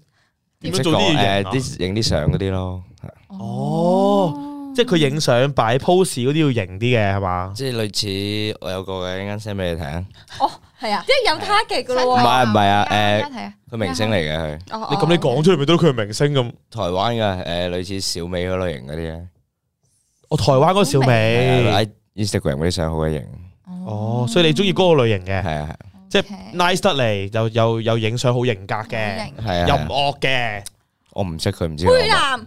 點樣識做做啲啲要誒型啊？啲影啲相嗰啲咯，哦，即係佢影相擺 pose 嗰啲要型啲嘅係嘛？即係類似我有個嘅，一陣 send 俾你睇啊。係啊，即係有 target 噶咯唔喎。係唔係啊誒睇啊，佢明星嚟嘅，佢哦你咁你，講出嚟咪都佢係明星咁。台灣嘅誒，類似小美嗰類型嗰啲咧我台灣嗰個小係啊美， ，Instagram 嗰啲相好鬼型，哦，所以你中意嗰個類型嘅，係啊即係 OK nice 得嚟，又又又影相好型格好嘅型，係啊又唔係啊，惡嘅。我唔識佢唔知灰佢，男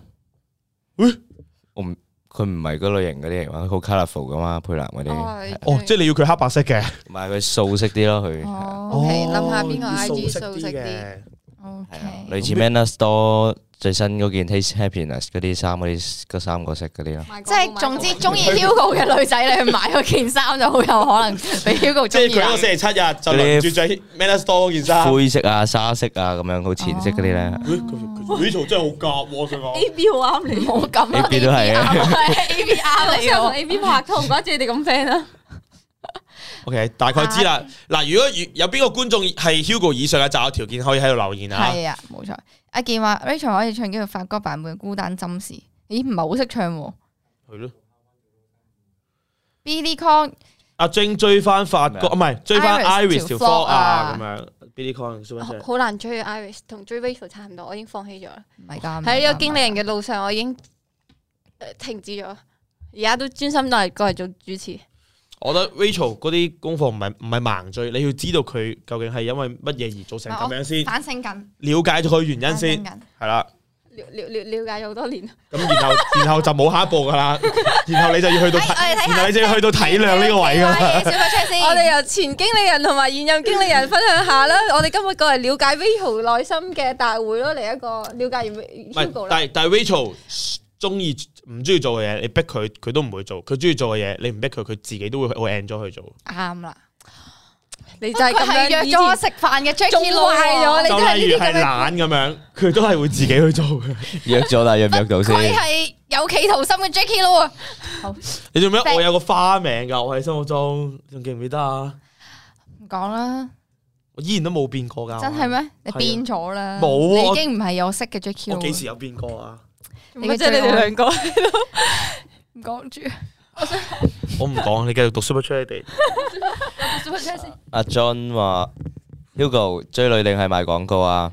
我唔佢唔係嗰類型嗰啲嚟嘛，好 colourful 噶嘛，佩蘭嗰 Ờ. 啲，哦，即係你要佢黑白色嘅，唔係佢素色啲咯，佢係啊哦，OK，諗下邊個哦 IG 啲素素色色啲嘅。係啊， ？OK，類似 Manner Store 最新嗰件 Taste Happiness 嗰啲衫嗰啲嗰三個色嗰啲咯。哦即係總之中意 Hugo 嘅女仔，你去買嗰件衫就好有可能 俾 Hugo 即中係意佢嗰啦個。星期七日就輪住着 Man Store 嗰件衫。灰色啊、沙色啊咁樣，好淺色嗰啲咧。佢佢佢 Rachel 真係好夾喎，想講 A B 好啱唔你。好咁啦 A B 都係嘅 A B 啱你我想同喎。 A B 拍拖，唔怪之你哋咁 friend 啦。 OK，大概知啦。嗱，如果如有邊個觀眾係 Hugo 以上嘅擇偶條件，可以喺度留言啊。係啊，冇錯。阿健話 Rachel 可以唱叫做法國版本嘅《孤單針士》，咦，唔係好識唱喎。係咯。 Billy Con 阿 Jane 追翻法國，唔係追翻 Iris Iris 條條 f 啊啊啊，咁樣。Billy Con super chat 好難追啊 Iris 同追 Rachel 差唔多，我已經放棄咗啦。唔係㗎，喺呢啊個經理人嘅路上，我已經呃停止咗，而家都專心落嚟過嚟做主持。我覺得 Rachel 嗰啲功課唔係唔係盲追，你要知道佢究竟係因為乜嘢而造哦成咁樣先，反省緊，了解咗佢原因反省先，緊。係啦。了了了了解咗好多年，咁然後 然後就冇下一步噶啦，然後你就要去到體，哎我哋睇下然後你就要去到體諒呢個位噶係啦。小快車先， 我哋由前經理人同埋現任經理人分享 下啦。我哋今日過嚟了解 Rachel 內心嘅大會咯，嚟一個了解完唔係 Hugo，啦。但係但係 Rachel 中意唔中意做嘅嘢，你逼佢佢都唔會做；佢中意做嘅嘢，你唔逼佢，佢自己都會好 enjoy 去做。啱啦。你就就係係咁咁樣樣約以咗我前食飯嘅仲 Jackie 咯，壞咗你就都係呢例啲如咁係嘅。懶咁樣，佢都係會自己去做嘅。約咗啦，約唔約到先？佢係有企圖心嘅 Jackie 啊咯。你做咩？ Thank- 我有個花名㗎，我喺生活中仲記唔記得啊？唔講啦，我依然都冇變過㗎。真係咩？你變咗啦，哦啊冇啊你我已經唔係我識嘅 Jackie 我咯。幾時有變過啊？你咪嘅即係你最哋愛兩個，唔講住？我唔講，你繼續讀 super chat 你哋。阿 John 話：Hugo 追女定係賣廣告啊？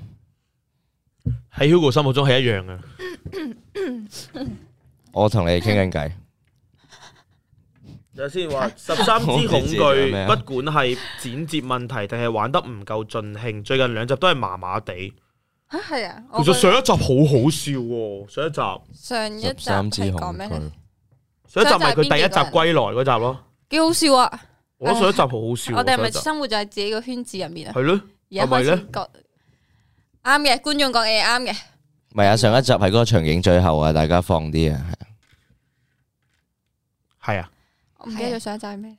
喺 Hugo 心目中係一樣嘅。我同你傾緊偈，有先話十三支恐 我唔知自己做咩懼，啊不管係剪接問題定係玩得唔夠盡興，最近兩集都係麻麻地。啊係啊。其我實覺上得一集好好笑喎，上一集上一集十三支係恐講咩？懼，上一集咪佢上一集係邊第一幾集個歸人來嗰集咯。幾好笑啊！我覺得上一集好好笑喎。我哋係上咪一集生活就係自己個圈子入面啊？係咯？而家係咪開咧始覺啱嘅，觀眾講嘢啱嘅。唔係啊！上一集係嗰個場景最後啊，大家放啲啊，係啊。我唔記得咗上一集係咩。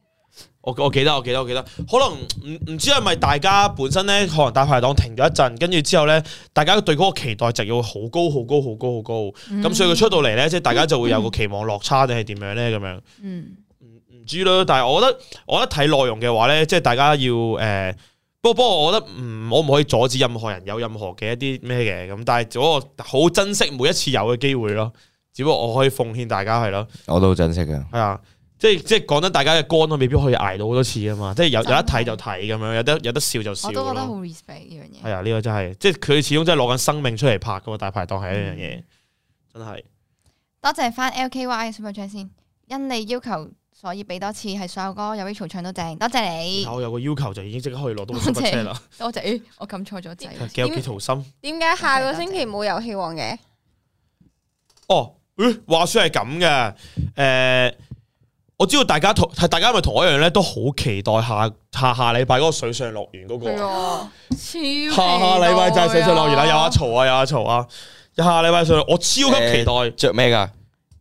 我我記得，我記得，我記得，可能唔唔知係咪大家本身咧，可能大排檔停咗一陣，跟住之後咧，大家對嗰個期待值要好高、好高、好高、好高，咁、所以佢出到嚟咧，即係大家就會有個期望落差定係點樣咧咁樣。嗯，唔唔知啦，但係我覺得，我覺得睇內容嘅話咧，即係大家要誒、呃不過不過我覺得唔，我唔可以阻止任何人有任何嘅一啲咩嘅咁，但係我好珍惜每一次有嘅機會咯。只不過我可以奉獻大家係咯，我都好珍惜噶。係啊，即係即係講真，大家嘅肝都未必可以捱到好多次啊嘛，即係有有真得係睇就睇咁樣，有得有得笑就笑嗯我都覺得好咯。 respect 呢樣嘢係。啊，呢、個真係，即係佢哋始終真係攞緊生命出嚟拍噶嘛，大排檔係一樣嗯嘢，真係。多謝翻 LKY 嘅 super chat 先，因你要求所以俾多次係所有歌有 Rachel 唱都正，多謝你，我有個要求就已經即刻可以攞到 super 車啦，多謝。咦 我撳錯 咗掣，幾有幾條心。點解下個星期冇遊戲王嘅？哦，咦，話說係咁嘅，诶、我知道大家同係大家咪同我一樣咧，都好期待下下下禮拜嗰個水上樂園嗰個。啊，超期待下啊下禮拜就係水上樂園啦，有阿曹啊，有阿曹啊，下禮拜上我超級期待。着咩噶？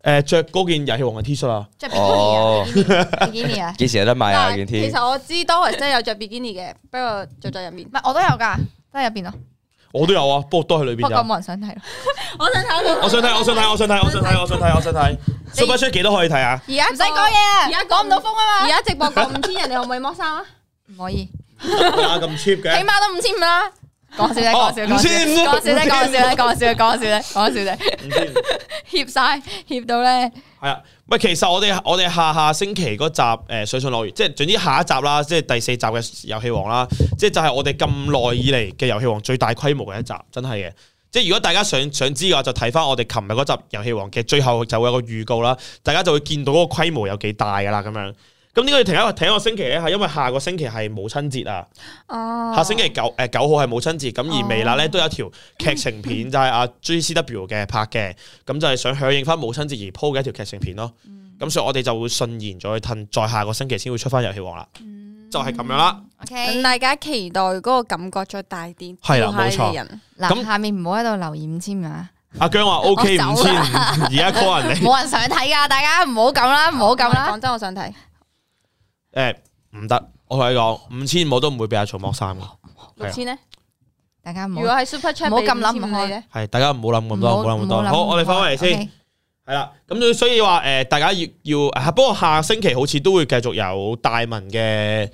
诶，着嗰件遊戲王嘅 T 恤啊，着 bikini 哦啊，bikini 啊，幾時有得買啊？但件係 T 其實我知 Doris 真係有着 bikini 嘅，不過着咗入面唔。係我都有㗎，都喺入邊咯，我都有啊，不過都喺裏不邊過咋。冇人想睇咯。我想睇下我想睇，我想睇，我想睇，我想睇，我想睇，我想睇。Super Show 幾多可以睇啊？而家唔使講嘢啊而家講唔到風啊嘛而家直播過五千人，你可唔可以剝衫 啊？唔可以，啊咁 cheap 起嘅，碼都五千五啦。講笑啫，哦講笑，講笑五千五講笑啫，講笑啫，講笑啫，講笑啫，講笑啫，唔知協晒協到咧，係啊。喂，其實我哋我哋下下星期嗰集诶水上樂園，即係總之下一集啦，即係第四集嘅遊戲王啦，即係就係我哋咁耐以嚟嘅遊戲王最大規模嘅一集，真係嘅。即係如果大家想想知嘅話，就睇翻我哋琴日嗰集遊戲王嘅最後就會有個預告啦，大家就會見到嗰個規模有幾大噶啦咁樣。咁點解要停一個停一個星期咧？係因為下個星期係母親節啊。哦下星期九呃誒九號係母親節，咁而微哦辣咧都有一條劇情 片，就係阿 JCW 嘅拍嘅，咁就係想響應翻母親節而鋪嘅一條劇情片咯。嗯咁所以我哋就會順延再褪，再下個星期先會出翻遊戲王啦，嗯就係咁樣啦。 OK，大家期待嗰個感覺再大啲，係啦冇錯跳下嘅人咁嗱，下面唔好喺度留言添啊， 阿姜話 OK 我五走千，而家 call 人冇人想睇㗎，大家唔好咁啦，唔好咁啦講，真，我想啊睇。哋誒呃唔得，我同你講五千我都唔會俾阿曹剝衫嘅，六千咧，大家唔如好果。係 Super Chat，唔好咁諗俾五千唔開你咧，係大家唔好諗咁多，唔好諗咁多。唔好諗好，我哋翻返嚟先。 OK 係啦，咁所以話诶、呃大家要要啊，不過下星期好似都會繼續有大文嘅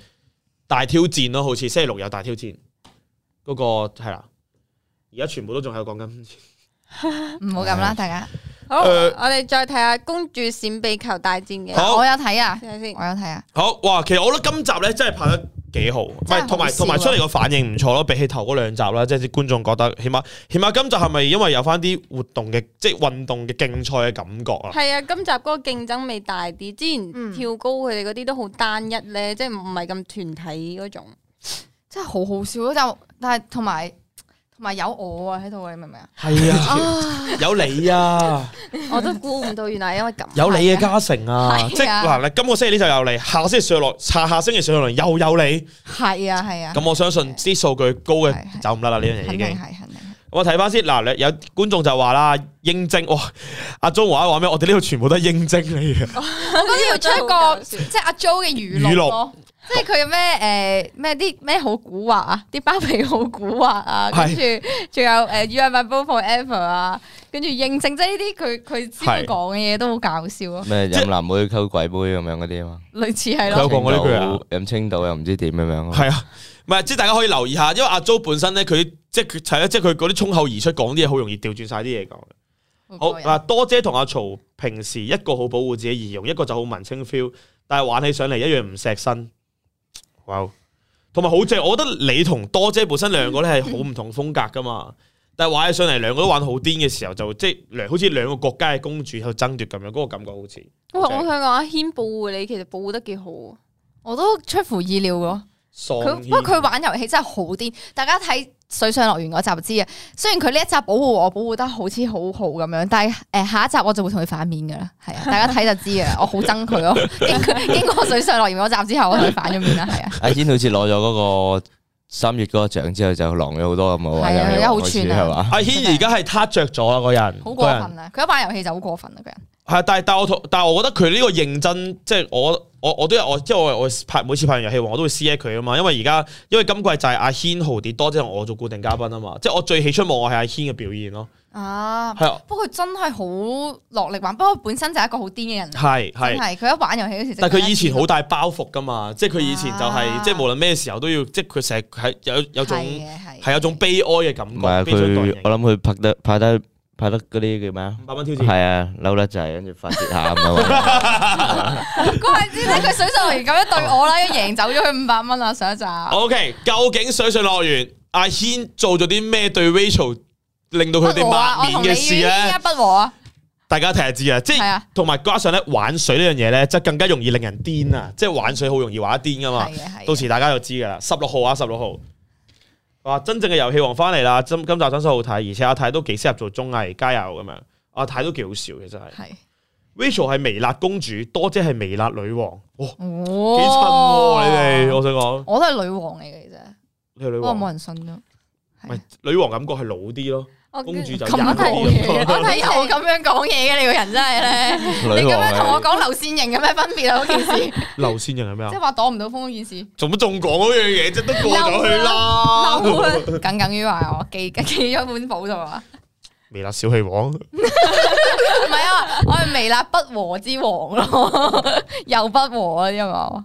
大挑戰咯，好似星期六有大挑戰嗰、個係啦。而家全部都仲喺度講緊，唔好咁啦，大家。好，誒我哋再睇下公主閃避球大戰嘅，好我有睇啊睇，下先。我有睇啊，好哇！其實我覺得今集咧真係拍得幾好，唔真係係同埋好笑同啊埋出嚟個反應唔錯咯，比起頭嗰兩集啦，即係啲觀眾覺得起碼起碼今集係咪因為有翻啲活動嘅即係運動嘅競賽嘅感覺啊？係啊，今集嗰個競爭味大啲，之前嗯跳高佢哋嗰啲都好單一咧，即係唔係咁團體嗰種。真係好好笑咯，就但係同埋同埋有我啊喺度，你明唔明啊？係啊， 有你 啊！ 我都估唔到，原來係因為咁。有你嘅加成啊！係啊即係嗱，你今個星期呢就有你，下星期上落，下下星期上落又有你。係啊係啊，咁我相信啲數據高係嘅係走唔甩啦，呢樣嘢肯已定經。係肯定係。我睇翻先嗱，你有觀眾就話啦，應徵哇，阿鐘華話咩？我哋呢度全部都係應徵嚟 嘅，我覺得要出一個即係阿 Jo 嘅語錄咯，即係佢有咩誒咩啲咩好古惑啊，啲包皮好古惑啊，跟係住仲有誒 You Are My Boo Forever 啊，跟住認證即係呢啲佢佢知道係講嘅嘢都好搞笑咯，咩即係飲藍妹溝鬼妹咁樣嗰啲啊嘛？類似係佢有咯，講過呢句啊青島飲青島又唔知點咁樣啊。係啊，唔係即係大家可以留意下，因為阿 Jo 本身咧，佢即係佢係啊即係佢嗰啲衝口而出講啲嘢，好容易調轉晒啲嘢講。好過癮嗱，多姐同阿曹平時一個好保護自己儀容，一個就好文青 feel，但係玩起上嚟一樣唔錫身。哇！同埋好正，我覺得你同多姐本身兩個咧係好唔同風格噶嘛。但係玩起上嚟兩個都玩得好癲嘅時候，就即係兩好似兩個國家嘅公主喺度爭奪咁樣，嗰、個感覺好似。喂，我想講阿軒保護你，其實保護得幾好啊。我都出乎意料咯。佢喪不過佢軒玩遊戲真係好癲，大家睇水上樂園嗰集就知啊。雖然佢呢一集保護我保護得好似好好咁樣，但係诶、呃下一集我就會同佢反面噶啦， 係啊，大家睇就知啊，我好憎佢咯。經經過水上樂園嗰集之後，我同佢反咗面啦， 係啊，阿軒好似攞咗嗰個三月嗰個獎之後就狼咗好多咁好啊！係啊而遊戲家好王嗰次串啊係嘛？阿軒而家係撻着咗啊啦，個人好過個人分啊！佢一玩遊戲就好過分啊，個人係，但係但係我同但係我覺得佢呢個認真，即係我我我都有我即係我我拍每次拍完遊戲王我都會 C 佢啊嘛，因為而家因為今季就係阿軒豪啲多，即係我做固定嘉賓啊嘛，即係我最喜出望外係阿軒嘅表現咯，啊。係啊不過佢真係好落力玩，不過本身就係一個好癲嘅人，真係係。係佢一玩遊戲嗰時就覺得癲，但係佢以前好大包袱噶嘛，即係佢以前就係、啊即係無論咩時候都要，即係佢成日係有有種係啊嘅係嘅係 有種悲哀嘅感唔係啊覺，悲傷代佢型，我諗佢拍得拍得拍得嗰啲叫咩啊？五百蚊挑戰。係啊，嬲得滯，跟住發泄下咁 樣。嗰陣時睇佢水上樂園咁樣對我啦，一贏走咗佢五百蚊啊！上一集 O、k 究竟水上樂園阿軒做咗啲咩對 Rachel 令到佢哋不和啊抹面嘅事我同你咧依家？不和啊，大家睇下知啊，即係係啊同埋加上咧玩水呢樣嘢咧，即係更加容易令人癲啊！即係玩水好容易玩得癲噶嘛嗯係，啊嘅係嘅到時大家就知噶啦。十六號啊，十六號。哇！真正嘅遊戲王翻嚟啦，今今集真心好睇，而且阿泰都幾適合做綜藝，加油咁樣。阿泰都幾好笑，其實係。係 Rachel 係微辣公主，多姐係微辣女王，哇！幾襯哦，喎你哋，我想講我都係女王嚟嘅其實，你係女不過王冇，人信 咯。唔係女王感覺係老啲咯，我公主就咁曳睇啲我咯。睇我咁樣講嘢嘅，你個人真係咧，你女咁王樣同我係講流線型有咩分別啊？嗰件事， 即劉先人係咩啊係？話擋唔到風嗰件事，做乜仲講嗰樣嘢啫？都過咗去啦。嬲啊！耿耿於懷，我記 記咗本簿度啊。微辣小氣王，唔係啊，我係微辣不和之王咯， 又不和啊，因為我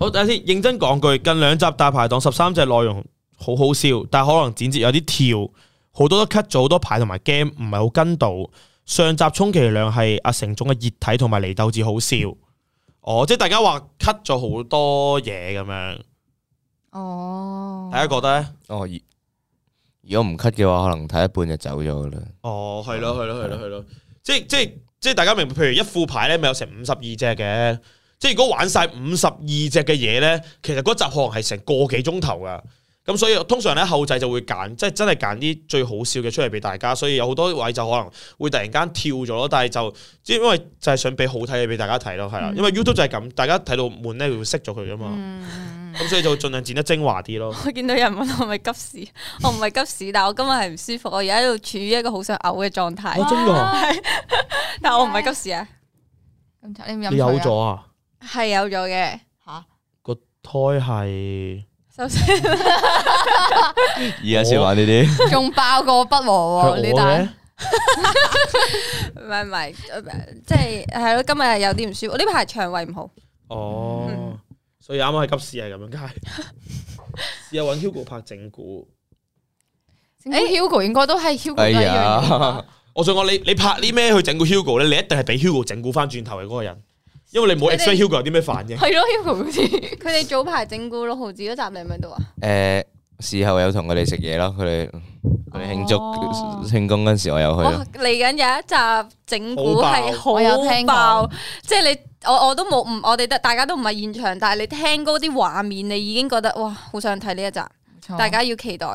好等下先，認真講句，近兩集大排檔十三隻內容好好笑，但可能剪接有啲跳，好多都 cut 咗好多排同埋 game，唔係好跟到。上集充其量係阿成總嘅熱體同埋嚟鬥志好笑，哦，即係大家話 cut 咗好多嘢咁樣，哦，大家覺得咧？哦，如如果唔 cut 嘅話，可能睇一半就走咗噶啦。哦，係咯，係咯，係咯，係咯，即係即係即係大家明白，譬如一副牌咧，咪有成五十二隻嘅，即係如果玩晒五十二隻嘅嘢咧，其實嗰集可能係成個幾鐘頭噶。咁所以通常咧後製就會揀，即係真係揀啲最好笑嘅出嚟俾大家，所以有好多位就可能會突然間跳咗咯，但係就即係因為就係想俾好睇嘅俾大家睇咯，係啦，因為 YouTube 就係咁，大家睇到悶咧會熄咗佢噶嘛，嗯，咁所以就盡量剪得精華啲咯。我見到有人問我係咪急屎，我唔係急屎，但我今日係唔舒服，我而家喺度處於一個好想嘔嘅狀態，真 㗎，但我唔係急屎啊，咁你有你冇飲有水啊咗啊？係啊有咗嘅，個胎係首先 而家先玩呢啲。仲爆過不和喎係呢我單嘅。。唔係唔係，即係係咯，今日係有啲唔舒服，呢排腸胃唔好，哦， 所以啱啱係急事係咁樣， 梗係試下揾 Hugo 拍整蠱。誒 Hugo 應該都係 Hugo 都係哎一樣嘢呀吧，我想講你你拍啲咩去整蠱 Hugo 咧？你一定係俾 Hugo 整蠱翻轉頭嘅嗰個人，因為你冇你 expect 哋 Hugo 有啲咩反應。係咯 Hugo 好似 佢哋早排整蠱六毫子嗰集你係咪喺度啊？诶，事後有同佢哋食嘢咯，佢哋佢哋慶祝哦慶功嗰陣時，我有去啊哇咯。！嚟緊有一集整蠱係好爆我有好聽爆過，即係你我我都冇唔，我哋得大家都唔係現場，但係你聽嗰啲畫面，你已經覺得哇，好想睇呢一集，大家要期待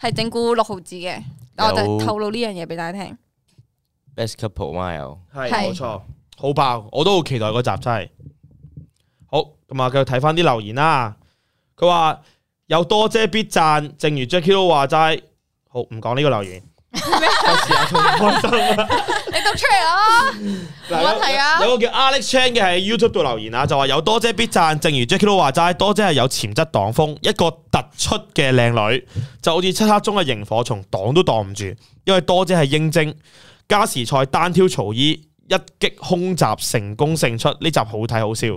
係整蠱六毫子嘅，我就透露呢樣嘢俾大家聽。 Best couple 嘛有，係係冇錯，好爆！我都好期待嗰集真係。好咁啊，繼續睇翻啲留言啦。佢話有多姐必讚，正如 Jackie 都話齋。好，唔講呢個留言。有時候仲唔開心啊你讀出嚟啦，冇嗱問題啊有有個叫 Alex Chan 嘅喺 YouTube 度留言啊，就話有多姐必讚，正如 Jackie 都話齋，多姐係有潛質擋風，一個突出嘅靚女，就好似漆黑中嘅螢火蟲，擋都擋唔住，因為多姐係英精，加時賽單挑曹伊，一擊空襲成功勝出，呢集好睇好笑，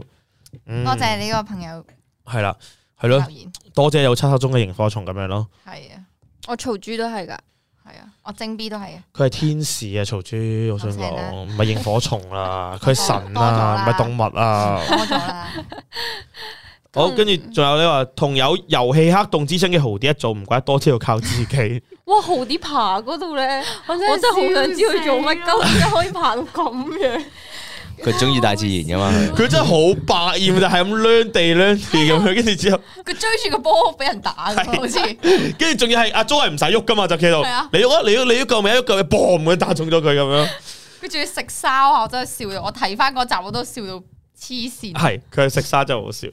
嗯多謝呢個朋友係啦，係咯留，言，多姐有漆黑中嘅螢火蟲咁樣咯，係啊我曹珠都係㗎，係啊，我正 B 都係啊，佢係天使啊，曹珠，我想多謝啦講唔係螢火蟲啦，佢係神多咗啦啊，唔係動物啊。多咗啦，好，嗯跟住仲有你話同有遊戲黑洞之稱嘅豪啲一做，唔怪得多知道靠 自己。哇！豪啲爬嗰度咧，我真係好想知佢做乜鳩，點解可以爬到咁樣？佢中意大自然噶嘛， 佢佢真係好百厭，就係咁攣地攣地咁樣，跟 住之後， 佢追住個波俾人打㗎好似跟住仲要係阿 Jo 係唔使喐噶嘛，就企度係啊，你喐啊，你喐，你喐救命，喐救命，boom 咁樣打中咗佢咁樣，佢仲要食沙啊！我真係笑到，我睇翻嗰集我都笑到黐線。係佢係食沙真係好笑。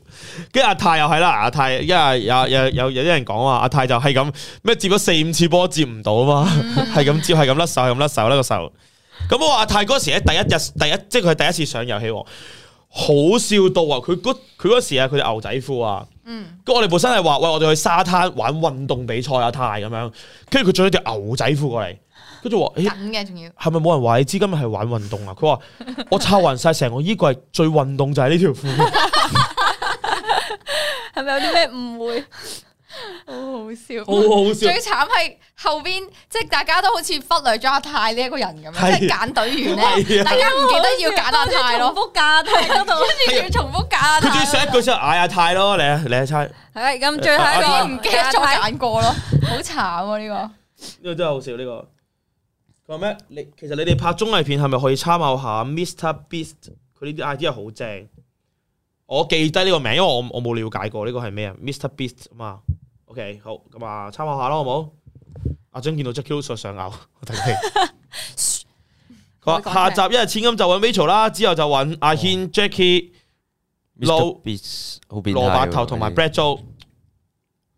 跟住阿泰又係啦，阿泰因為有有有有啲人講話，阿泰就係咁咩接咗四五次波接唔到啊嘛，係咁接係咁甩手係咁甩手甩個手。咁我話阿泰嗰時咧第一日第一即係佢係第一次上遊戲王，好笑到啊！佢嗰佢嗰時啊，佢哋牛仔褲啊，嗯，跟住我哋本身係話喂，我哋去沙灘玩運動比賽啊，泰咁樣，跟住佢着咗條牛仔褲過嚟，跟住話 誒緊嘅仲要，係咪冇人話你知今日係玩運動啊？佢話我抄暈晒成個衣櫃，最運動就係呢條褲。係咪有啲咩誤會？好好笑。好好笑最慘係後邊，即係大家都好似忽略咗阿泰呢一個人咁係啊樣，即係揀隊員咧，係啊大家唔記得要揀阿泰咯，重複架睇嗰度。跟住要重複揀阿佢仲要泰上一句之後嗌阿泰咯，你啊你啊猜，呢係咁，最後一咯，個 唔記得咗揀過咯，好慘啊呢個。個真係好笑呢個。佢話咩？你其實你哋拍綜藝片係咪可以參考下 Mr Beast 佢呢啲 idea 好正？我記低呢個名，因為我我冇了解過呢個係咩啊？Mr Beast 啊嘛。OK，好咁啊，參考下啦，好冇？阿張見到 Jackie 都想嘔，我睇睇。 佢話下集一日千金就揾 Rachel 啦，之後就揾哦阿軒、Jackie、Low Mr. Beast 好變態喎蘿蔔頭同埋 Brad Jo。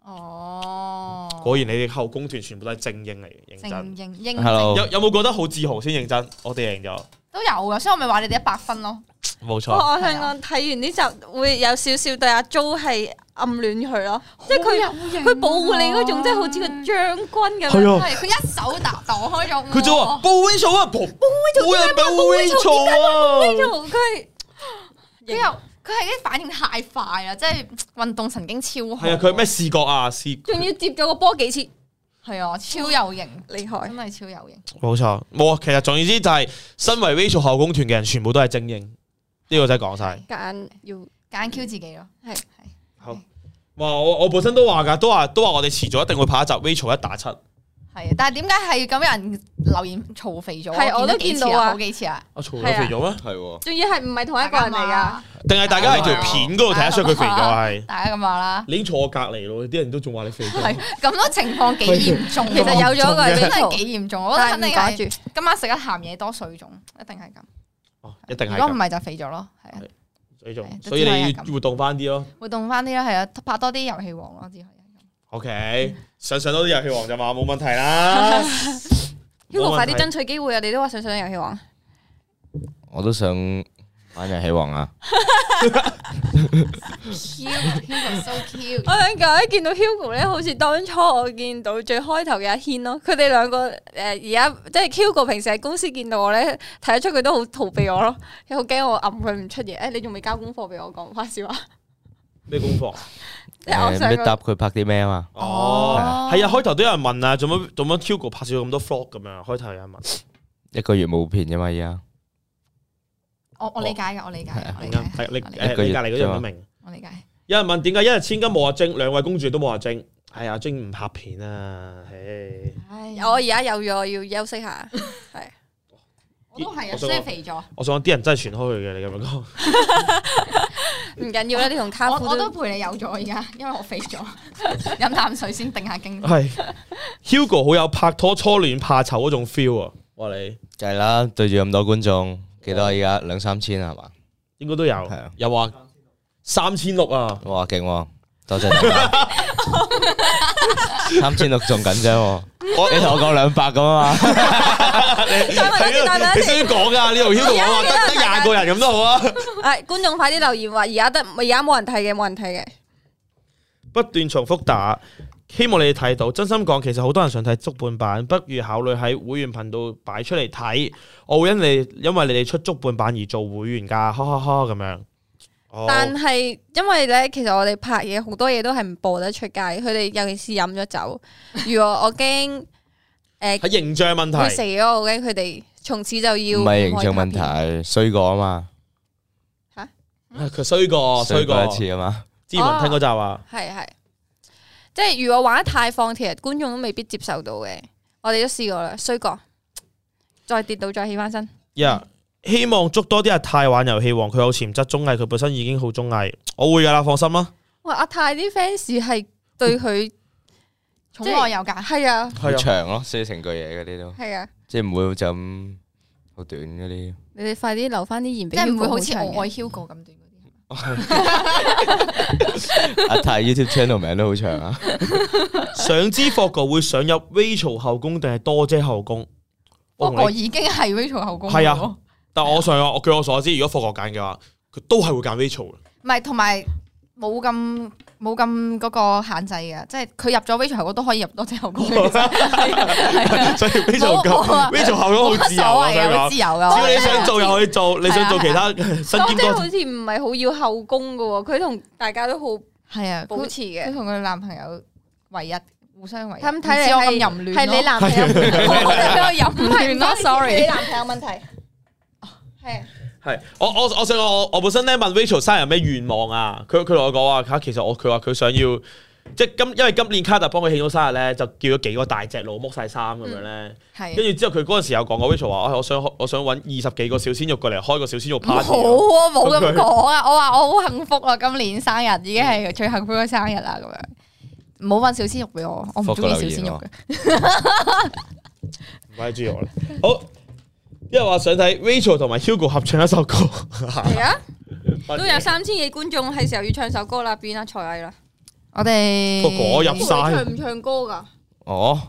哦，果然你哋後宮團全部都係精英嚟嘅，認正真。英英 Hello 有有冇覺得好自豪先認真？我哋贏咗，都有噶，所以我咪話你哋一百分咯。冇我錯。哦哦啊我想講睇完呢集會有少少對阿 Jo 係暗戀佢咯，即係佢佢佢保護你嗰種，即係好似個將軍咁樣。係啊，啊係佢一手打擋開咗。哎佢就話哇保衛草啊，哦保冇人保衛草啊。 Rachel，佢係佢又佢係啲反應太快啦，即係嗯運動神經超好。係啊，佢咩視覺啊，視仲要接咗個波幾次，係啊，超有型，厲害真！係超有型。冇錯冇啊。其實總言之就係身為 Rachel 後宮團嘅人，全部都係精英。呢個真係講晒。夾硬要揀 Q 自己咯，係係。好哇！我我本身都話㗎，都話都話我哋遲早一定會拍一集 Rachel 一打七。係，啊但係點解係咁有人留言嘈肥咗？係我都見幾次見到啊好幾次啊，我嘈係啊咗咩？係仲要係唔係同一個人嚟噶？定係大家喺條片嗰度睇得出佢啊肥咗係？大家咁話啦，你已經坐我隔離咯，啲人都仲話你肥咗係。咁多情況幾嚴重， 其實有咗個真係 Rachel，幾嚴重，我覺得但肯係唔定掛係住。今晚食得鹹嘢多水腫，一定係咁。哦，一定係如果唔咁。係就肥咗咯，係啊，所以仲係所以你都只可要以係咁活動翻啲咯。活動翻啲啦，係啊，拍多啲遊戲王咯，之後 OK，上上多啲遊戲王就嘛，冇問題啦。 Hugo 快啲真爭取機會啊！你都話想上遊戲王，我都想玩遊戲王啊！ ，Hugo so cute， 我想講一見到 Hugo 咧，好似當初我見到最開頭嘅阿軒咯，佢哋兩個誒而家即係 Hugo 平時喺公司見到我咧，睇得出佢都好逃避我咯，又好驚我揞佢唔出嘢。誒，你仲未交功課俾我講翻笑話，咩功課？即係我誒上咩個答佢拍啲咩啊嘛？哦哦，係啊，開頭都有人問啊，做乜做乜 Hugo 拍咗咁多 vlog 咁樣？啊開頭有人問，一個月冇片啫嘛，而家我我理解嘅，我理解嘅，我理解明啊，係嘅，你我理誒解你嘅隔離嗰樣都明。我理解。有人問點解一日千金冇阿晶，兩位公主都冇阿晶？係阿晶唔拍片啊，唉，唉，我而家有咗，要休息下。我都係我啊，想所以肥咗。我想講啲人真係傳開佢嘅，你咁樣講。唔緊要啦，你同卡我夫我都都陪你有咗而家，因為我肥咗，飲啖水先定下 經。係 Hugo 好有拍拖初戀怕醜嗰種 feel 啊！哇，你梗係啦，對住咁多觀眾，幾多啊而家兩三千係嘛？應該都有係啊，有話三千六啊！哇勁喎！多謝大家，三千六仲緊張喎，我你同我講兩百咁啊嘛？再問一次，再問啊你一次。需要講噶，呢度 Hugo 我話得得廿個人咁都好啊！誒，觀眾快啲留言話，而家得而家冇人睇嘅，冇人睇嘅。不斷重複打，希望你哋睇到。真心講，其實好多人想睇足半版，不如考慮喺會員頻道擺出嚟睇。我會因你因為你哋出足半版而做會員㗎，哈哈哈咁樣。哦但係因為咧，其實我哋拍嘢好多嘢都係唔播得出街，佢哋尤其是飲咗酒。如果我驚誒喺形象問會題死，咗，我驚佢哋從此就要唔係形象問唔可以拍題，衰過啊嘛，佢衰過衰過一。次啊嘛，之前聽嗰集啊，片。係係，即係如果玩得太放，其實觀眾都未必接受到嘅。我哋都試過啦，衰過，再跌倒再起翻身。呀希望捉多啲阿泰玩遊戲王，佢有潛質綜藝，佢本身已經好綜藝，我會㗎啦，放心啦。哇！阿泰啲 fans 係對 佢寵愛有價，係啊好，長咯，所以成句嘢嗰啲都，係啊，即係唔會就咁好短嗰啲。你哋快啲留翻啲言即俾，係唔會好似我愛 Hugo 咁短嗰啲。阿泰 À, YouTube channel 名都好長啊，想知霍哥會想入 Rachel 後宮定係多姐後宮？我不同你過已經係 Rachel 後宮。係啊，但我上我據我所知，如果霍哥揀嘅話，佢都係會揀 Rachel 嘅。唔係同埋冇咁冇咁嗰個限制嘅，即係佢入咗 Rachel 後宮都可以入多隻後宮 嘅。所以 Rachel 冇夠冇啊 Rachel 後冇宮好乜自所由啊！謂嘅，好自由啊我想講，只要噶。你想做又可以做，你想做其他啊身兼多姐多好似唔係好要後宮㗎喎，佢同大家都好係啊，保佢持佢嘅。同佢男朋友唯一互相唯一。咁睇唔知我咁嚟係淫亂係咯你男朋友，啊我哋俾我淫唔係亂咯你，sorry。男朋友問題 哦係啊係我我我啊想講我我本身咧問 Rachel 生日有咩願望啊？佢佢同我講話嚇，其實我佢話佢想要即係今因為今年卡特幫佢慶咗生日咧，就叫咗幾個大隻佬剝晒衫咁樣嗯咧。跟係住之後佢嗰陣時有講過 Rachel 話：，哎我想我想揾二十幾個小鮮肉過嚟開個小鮮肉唔好 party 啊。啊，冇咁講啊！我話我好幸福啊，今年生日已經嗯係最幸福嘅生日啦，咁樣。唔好搵小鮮肉俾我，我唔中意小啊鮮肉嘅。唔係豬肉啦。好，因為話想睇 Rachel 同埋 Hugo 合唱一首歌。系啊，都有三千幾觀眾，係時候要唱首歌啦，變啊才藝啦。我哋個果入你晒唱唔唱歌㗎？哦，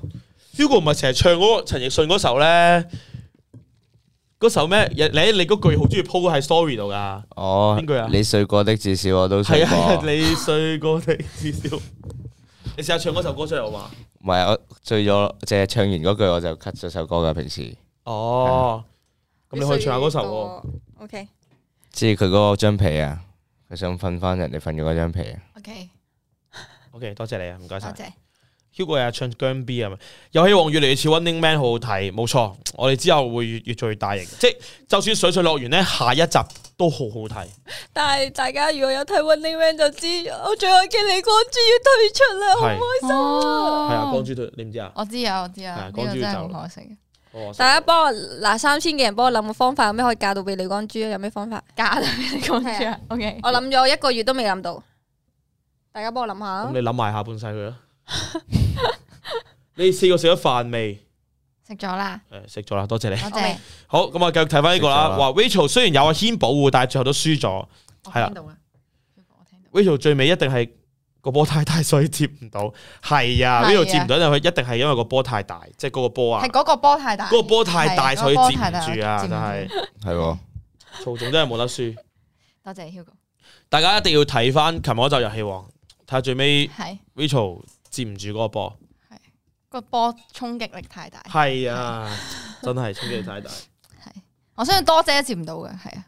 Hugo 唔係成日唱嗰個陳奕迅嗰首咧，嗰首咩？你你嗰句好中意 po 喺 story 度㗎。哦，邊句啊你睡過的至少我都係睡過。啊，你睡過的至少。你試下唱嗰首歌出嚟好嘛？唔係我醉咗，即係唱完嗰句我就 cut 咗首歌㗎。平時哦，咁你可以唱下嗰首喎。O K，即係佢嗰個張被啊，佢想瞓翻人哋瞓咗嗰張被啊。 OK，喎。OK，多謝你啊，唔多該晒。謝。 Hugo 又唱姜 B 啊嘛，遊戲王越嚟越似 Running Man，好好睇，冇錯。我哋之後會越越做越大型，即係就算水上樂園咧，下一集都好好睇。但係大家如果有睇 Running Man 就知，我最愛嘅李光洙要退出啦，好啊係唔開心。哦，係啊，光珠隊你唔知啊？我知啊，我知啊，係啊呢光個珠真係走好可惜。哦大家幫我嗱三千嘅人幫我諗個方法，有咩可以嫁到俾李光洙啊？有咩方法？假啦，你講住係啊。OK，我諗咗一個月都未諗到，大家幫我諗下咁啊。你諗埋下半世佢 啦。你四個食咗飯未？食咗啦，誒食咗啦，多謝你。多我謝未。好，咁我繼續睇翻呢個啦。食咗啦話 Rachel 雖然有阿軒保護，但係最後都輸咗。我係啦聽到啦，我聽到。 Rachel 最尾一定係個波太大，所以接唔到。係係啊啊，Rachel 接唔到，因為佢一定係因為個波太大，即係嗰個波啊係，嗰個波太大，嗰個波太大，係所以接嗰個波唔太大住啊，接唔真住係係喎，曹總真係冇得輸。多謝 Hugo。大家一定要睇翻琴日嗰集遊戲王，睇下最尾係 Rachel 接唔住嗰個波。個波衝擊力太大，係啊，真係衝擊力 太大。我相信多姐接唔到嘅，係啊，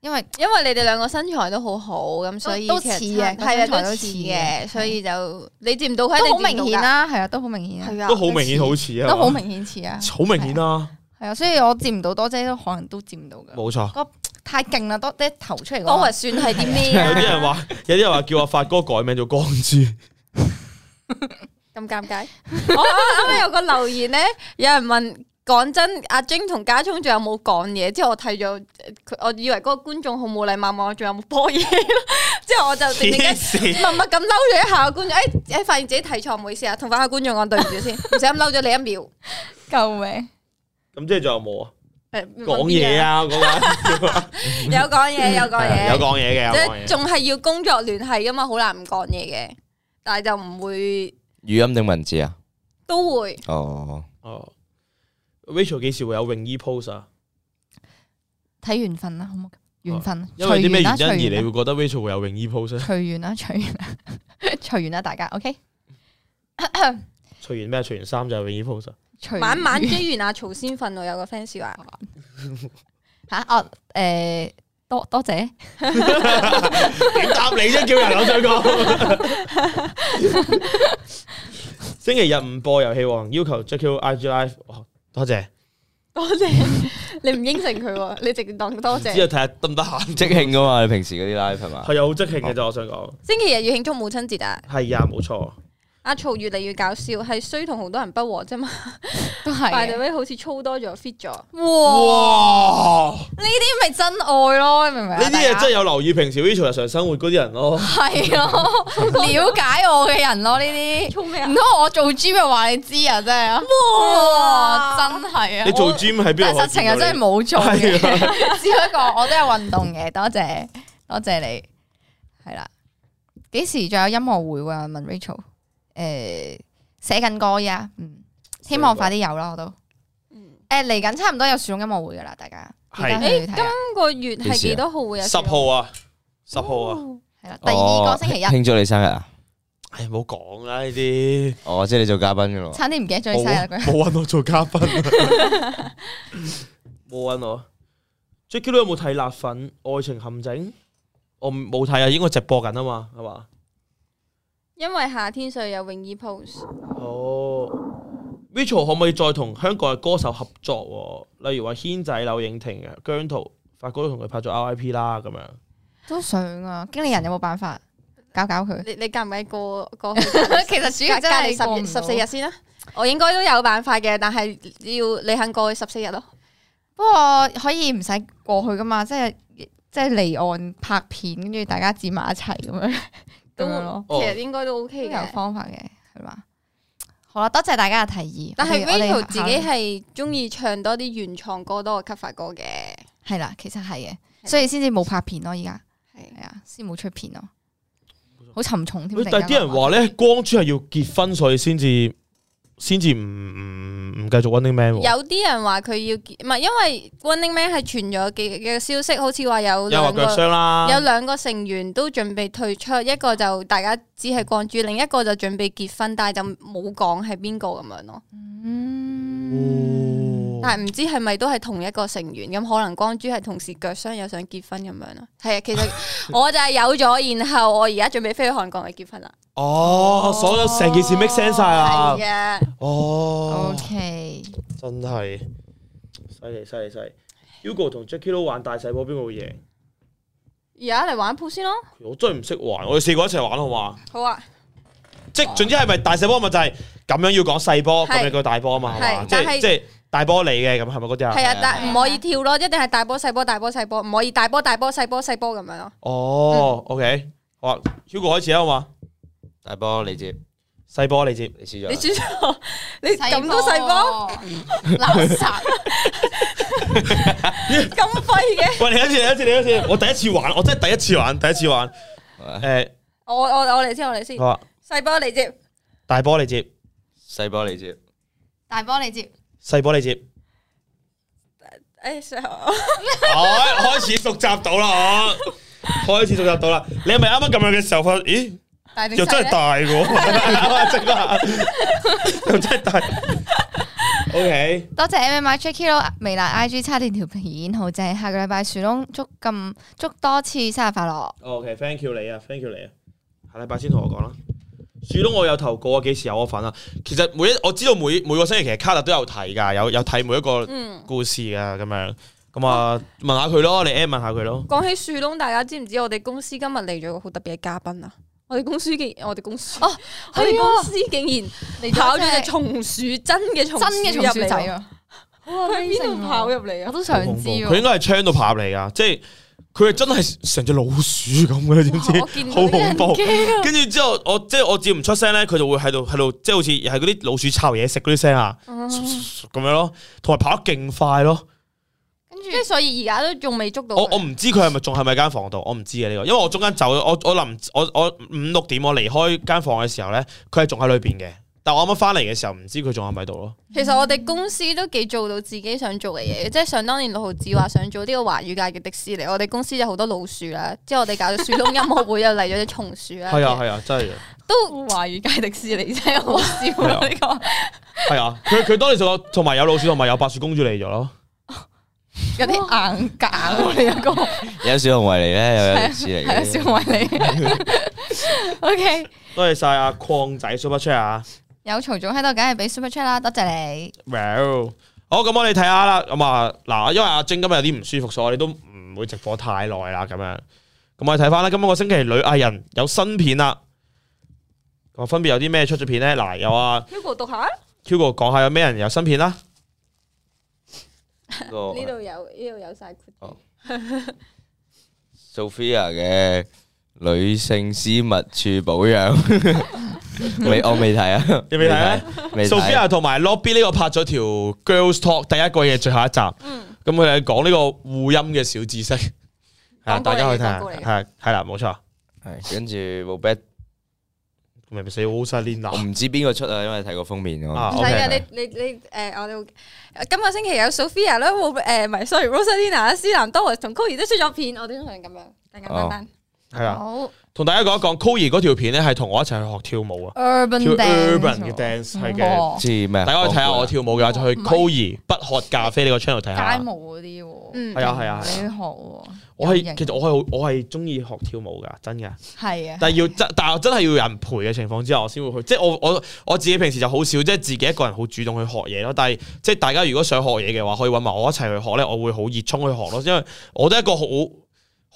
因為因為你哋兩個身材都好好，咁所以都其實似嘅差係啊身材都都似似嘅，嘅所以就你接唔到佢，都好一定明接顯唔到㗎，啦，係啊，都好明顯啊，係啊，都好明顯，好似啊，都好明顯似啊，好明顯啦，係啊，所以我接唔到多姐都可能都接唔到嘅，冇錯。太勁啦，多姐投出嚟嗰我個話算係啲咩 有啲人啊？話，有啲人話叫阿發哥改名做光珠。咁尷 尬。我啱啱有個留言咧，有人問。講真，阿晶同家聰仲有冇講嘢？之後我睇咗佢，我以為嗰個觀眾好冇禮貌，問我仲有冇播嘢。 之後我就突然間黐線。默默咁嬲咗一下個觀眾，誒、誒，發現自己睇錯，唔好意思啊，同翻個觀眾講對唔住先，唔使咁嬲咗你一秒。救命，咁即係仲有冇啊？誒講嘢，啊，講緊有講嘢，有講係有嘢，講嘢嘅，即有講係嘢。仲係要工作聯繫噶嘛，好難唔講嘢嘅，但係就唔會語音定文字啊？都會哦，哦，Rachel 幾時會有泳衣 pose 啊？睇緣分啦，好唔好？緣分，哦因為啲咩隨緣啊啦原因而隨緣啦你會覺得 Rachel 會有泳衣 pose 咧？隨緣啦，隨緣啦， 隨緣啦，大家 OK，除完咩？除完衫就有泳衣 pose 啊。隨緣晚晚追完阿曹先瞓喎，有個 fans 話吓哦，誒多多謝，點 答你啫？叫人我想講。星期日唔播遊戲王，要求 JQ IG Live，哇多謝。多 謝你唔應承佢喎，你直接當多謝啊之。後睇下得唔得 閒。即興噶嘛？你平時嗰啲 live 係嘛？係啊，好即興嘅啫，我想講。星期日要慶祝母親節啊！係啊，冇錯。阿曹越嚟越搞笑，係衰同好多人不和啫嘛。啊都 By the 係嘅， way，好似粗多咗，fit 咗。哇！呢啲咪真愛咯，你明唔明啊？呢啲嘢真係係有留意平時 Rachel 日常生活嗰啲人咯。係咯， 了解我嘅人咯，呢啲粗咩啊唔？通我做 gym 咪話你知啊，真係啊，哇，真係啊，你做我 gym 喺邊但度？實情又真係冇做嘅，係啊只不過我都有運動嘅，多謝多謝你，係啦。幾時仲有音樂會啊？問 Rachel，誒寫緊歌呀，嗯，希望快啲有啦，我都嗯誒嚟緊差唔多有樹窿音樂會噶啦，大家記係得去睇啊，今個月係幾多號會有？十號啊，十號啊，係啦，第二個星期哦一，慶祝你生日啊！唉，冇講啦呢啲，哦，即係你做嘉賓噶咯。差啲唔記得咗你生日冇嗰日冇揾我做嘉賓啊，冇揾我。Jacky 有冇睇《辣粉愛情陷阱》？我冇睇啊，應該直播緊啊嘛，係嘛？因為夏天所以有泳衣 pose。哦，Rachel 可唔可以再同香港嘅歌手合作喎？例如話軒仔、柳應廷啊、姜濤、發哥都同佢拍咗 RIP 啦咁樣。都想啊，經理人有冇辦法？搞搞佢。你你介唔介意過過去 其實主要隔真係隔離十十四日先啦？我應該都有辦法嘅，但係要你肯過去十四日咯。不過可以唔使過去噶嘛，即係即係離岸拍片，跟住大家剪埋一齊咁樣咁都樣咯，哦其實應該都都 OK 有嘅。方法嘅，係嘛？好啦，多謝大家嘅提議。但係我哋 Rachel 我哋自己係中意唱多啲原創歌多過 cover 歌嘅，係啦，其實係嘅，所以先至冇拍片咯，而家係係啊，先冇出片咯，好沉重添喂。但係啲突人然間話咧，光洙係要結婚所以先至先至唔唔唔繼續 Running Man 喎。有啲人話佢要結唔係因為 Running Man 係傳咗幾嘅消息，好似話有又話腳兩個傷啦，有兩個成員都準備退出，一個就大家只係關注，另一個就準備結婚，但係就冇講係邊個咁樣咯。嗯哦但係唔知係咪都係同一個成員，咁可能光洙係同時腳傷又想結婚咁樣咯。係啊，其實 我就係有咗，然後我而家準備飛去韓國去結婚啦。哦，所有成件事 make sense 晒啦係。啊，哦， ，OK，真係犀利犀利犀利。Hugo 同 Jackie 都玩大細波，邊個會贏？而家嚟玩鋪先咯。我真係唔識玩，我哋四個一齊玩好嘛？好啊，即係總之係咪大細波咪就係咁樣要講細波，哦係咁你個大波啊嘛，係嘛？係即但係係即係大波你嘅咁係咪嗰啲啊？係啊，係但啊唔可以跳咯，一定係大波細波大波細波，唔可以大波大波細波細波咁樣咯。哦，OK，好啊，Hugo 開始啊，好嘛？大波你接，細波你接，你輸你咗。知道你咁都細波啊波，垃圾。咁廢嘅，喂，你一次，啊你一次，你一次，我第一次玩，我真係第一次玩，第一次玩。嗯誒，我我我嚟先，我嚟先好，啊， 細波嚟接，大波你接，細波你接，大波你接，細波你接。誒上我開始熟習到啦，我開始熟習到啦。你係咪啱啱咁樣嘅時候發現，咦，大定又真細係咧？大嘅喎，即刻 又真係大。O K，多謝 M M I Jacky Lou 微辣 I G 差啲條片，好正！下個禮拜樹窿祝咁祝多次生日快樂。 O K，thank you 你啊，thank you 你啊，下禮拜先同我講啦。樹窿我有投稿啊，幾時有我份啊？其實每一我知道每每個星期其實卡特都有睇㗎，有有睇每一個嗯，故事㗎咁樣。咁啊，問下佢咯，你 M 問下佢咯。講起樹窿，大家知唔知我哋公司今日嚟咗個好特別嘅嘉賓啊？我哋公司竟我哋公司哦， 我哋係啊公司竟然跑咗隻松鼠，真嘅松真鼠嘅松入鼠仔嚟喎，啊！佢喺邊度跑入嚟我啊？都想恐知怖喎。佢應該係窗度爬入嚟㗎，即係佢係真係成隻老鼠咁嘅，你知唔知 哇我見？到好恐怖啲人。驚啊跟住之後，我即係我只要唔出聲咧，佢就會喺度喺度，即係好似係嗰啲老鼠摷嘢食嗰啲聲啊，咁樣咯，同埋跑得勁快咯。跟即係住所以而家都仲未捉到佢我我唔知佢係咪仲係咪間房度，我唔知嘅呢個，因為我中間走咗，我我臨我我五六點我離開間房嘅時候咧，佢係仲喺裏邊嘅。但我啱啱翻嚟嘅時候，唔知佢仲喺咪度咯。其實我哋公司都幾做到自己想做嘅嘢，即係想當年六毫子話想做呢個華語界嘅迪士尼，我哋公司有好多老鼠啦，之後我哋搞咗樹窿音樂會，又嚟咗隻松鼠啦，係啊係啊，真係嘅都華語界迪士尼真係好笑啊 啊！呢個係啊。佢佢當年仲有同埋有老鼠同埋有白雪公主嚟咗咯。有啲硬架啊我哋有個有小紅維尼 咧，又有歷史嚟係啊，嘅。小維你。O K，多謝晒阿礦仔 Super Chat 啊！有曹總喺度，梗係俾 super chat 啦，多謝你。 Well，好咁，我哋睇下啦。咁啊，嗱，因為阿晶今日有啲唔舒服，所以我哋都唔會直播太耐啦。咁樣，咁我哋睇翻啦。今個星期女藝人有新片啊啦。咁分別有啲咩出咗片咧？嗱，有啊 Hugo 讀下， ，Hugo 講下有咩人有新片啦。嗯個呢度有呢度有晒括哦 Sophia 嘅女性私密處保 養，未我未睇啊，你未睇啊未睇？未睇。 Sophia 同埋 Lobby 呢個拍咗條 Girls Talk 第一季嘅最後一集，嗯咁佢哋講呢個互音嘅小知識，係啊廣告嚟大家可嘅以睇下廣告嚟，嘅係係啦，冇錯，係跟住 Robert，明明死好晒 l 我 i 唔知邊個出啊，因為睇過封面啊我。唔使 OK 嘅，你你你誒，我哋會今個星期有 Sophia 啦，冇誒唔係，sorry，Rosalina 斯南多維同 Koey 都出咗片，我哋通常咁樣簡簡單單。係啊啦。好同大家講一講 Koey 嗰條片咧，係同我一齊去學跳舞啊， ，urban 跳 dance 哦 urban 嘅 dance 嗯係嘅。哇知咩啊？大家可以睇下我跳舞嘅話，就去哦唔係 Koey 不喝咖啡呢個 channel 睇下街。舞嗰啲喎，嗯係啊係啊你係去啊，學喎，我有型係其實我係好我係中意學跳舞㗎，真㗎。係啊，但係要真，但係我真係要有人陪嘅情況之下，我先會去。即係我我我自己平時就好少，即係自己一個人好主動去學嘢咯。但係即係大家如果想學嘢嘅話，可以揾埋我一齊去學咧，我會好熱衷去學咯。因為我都係一個好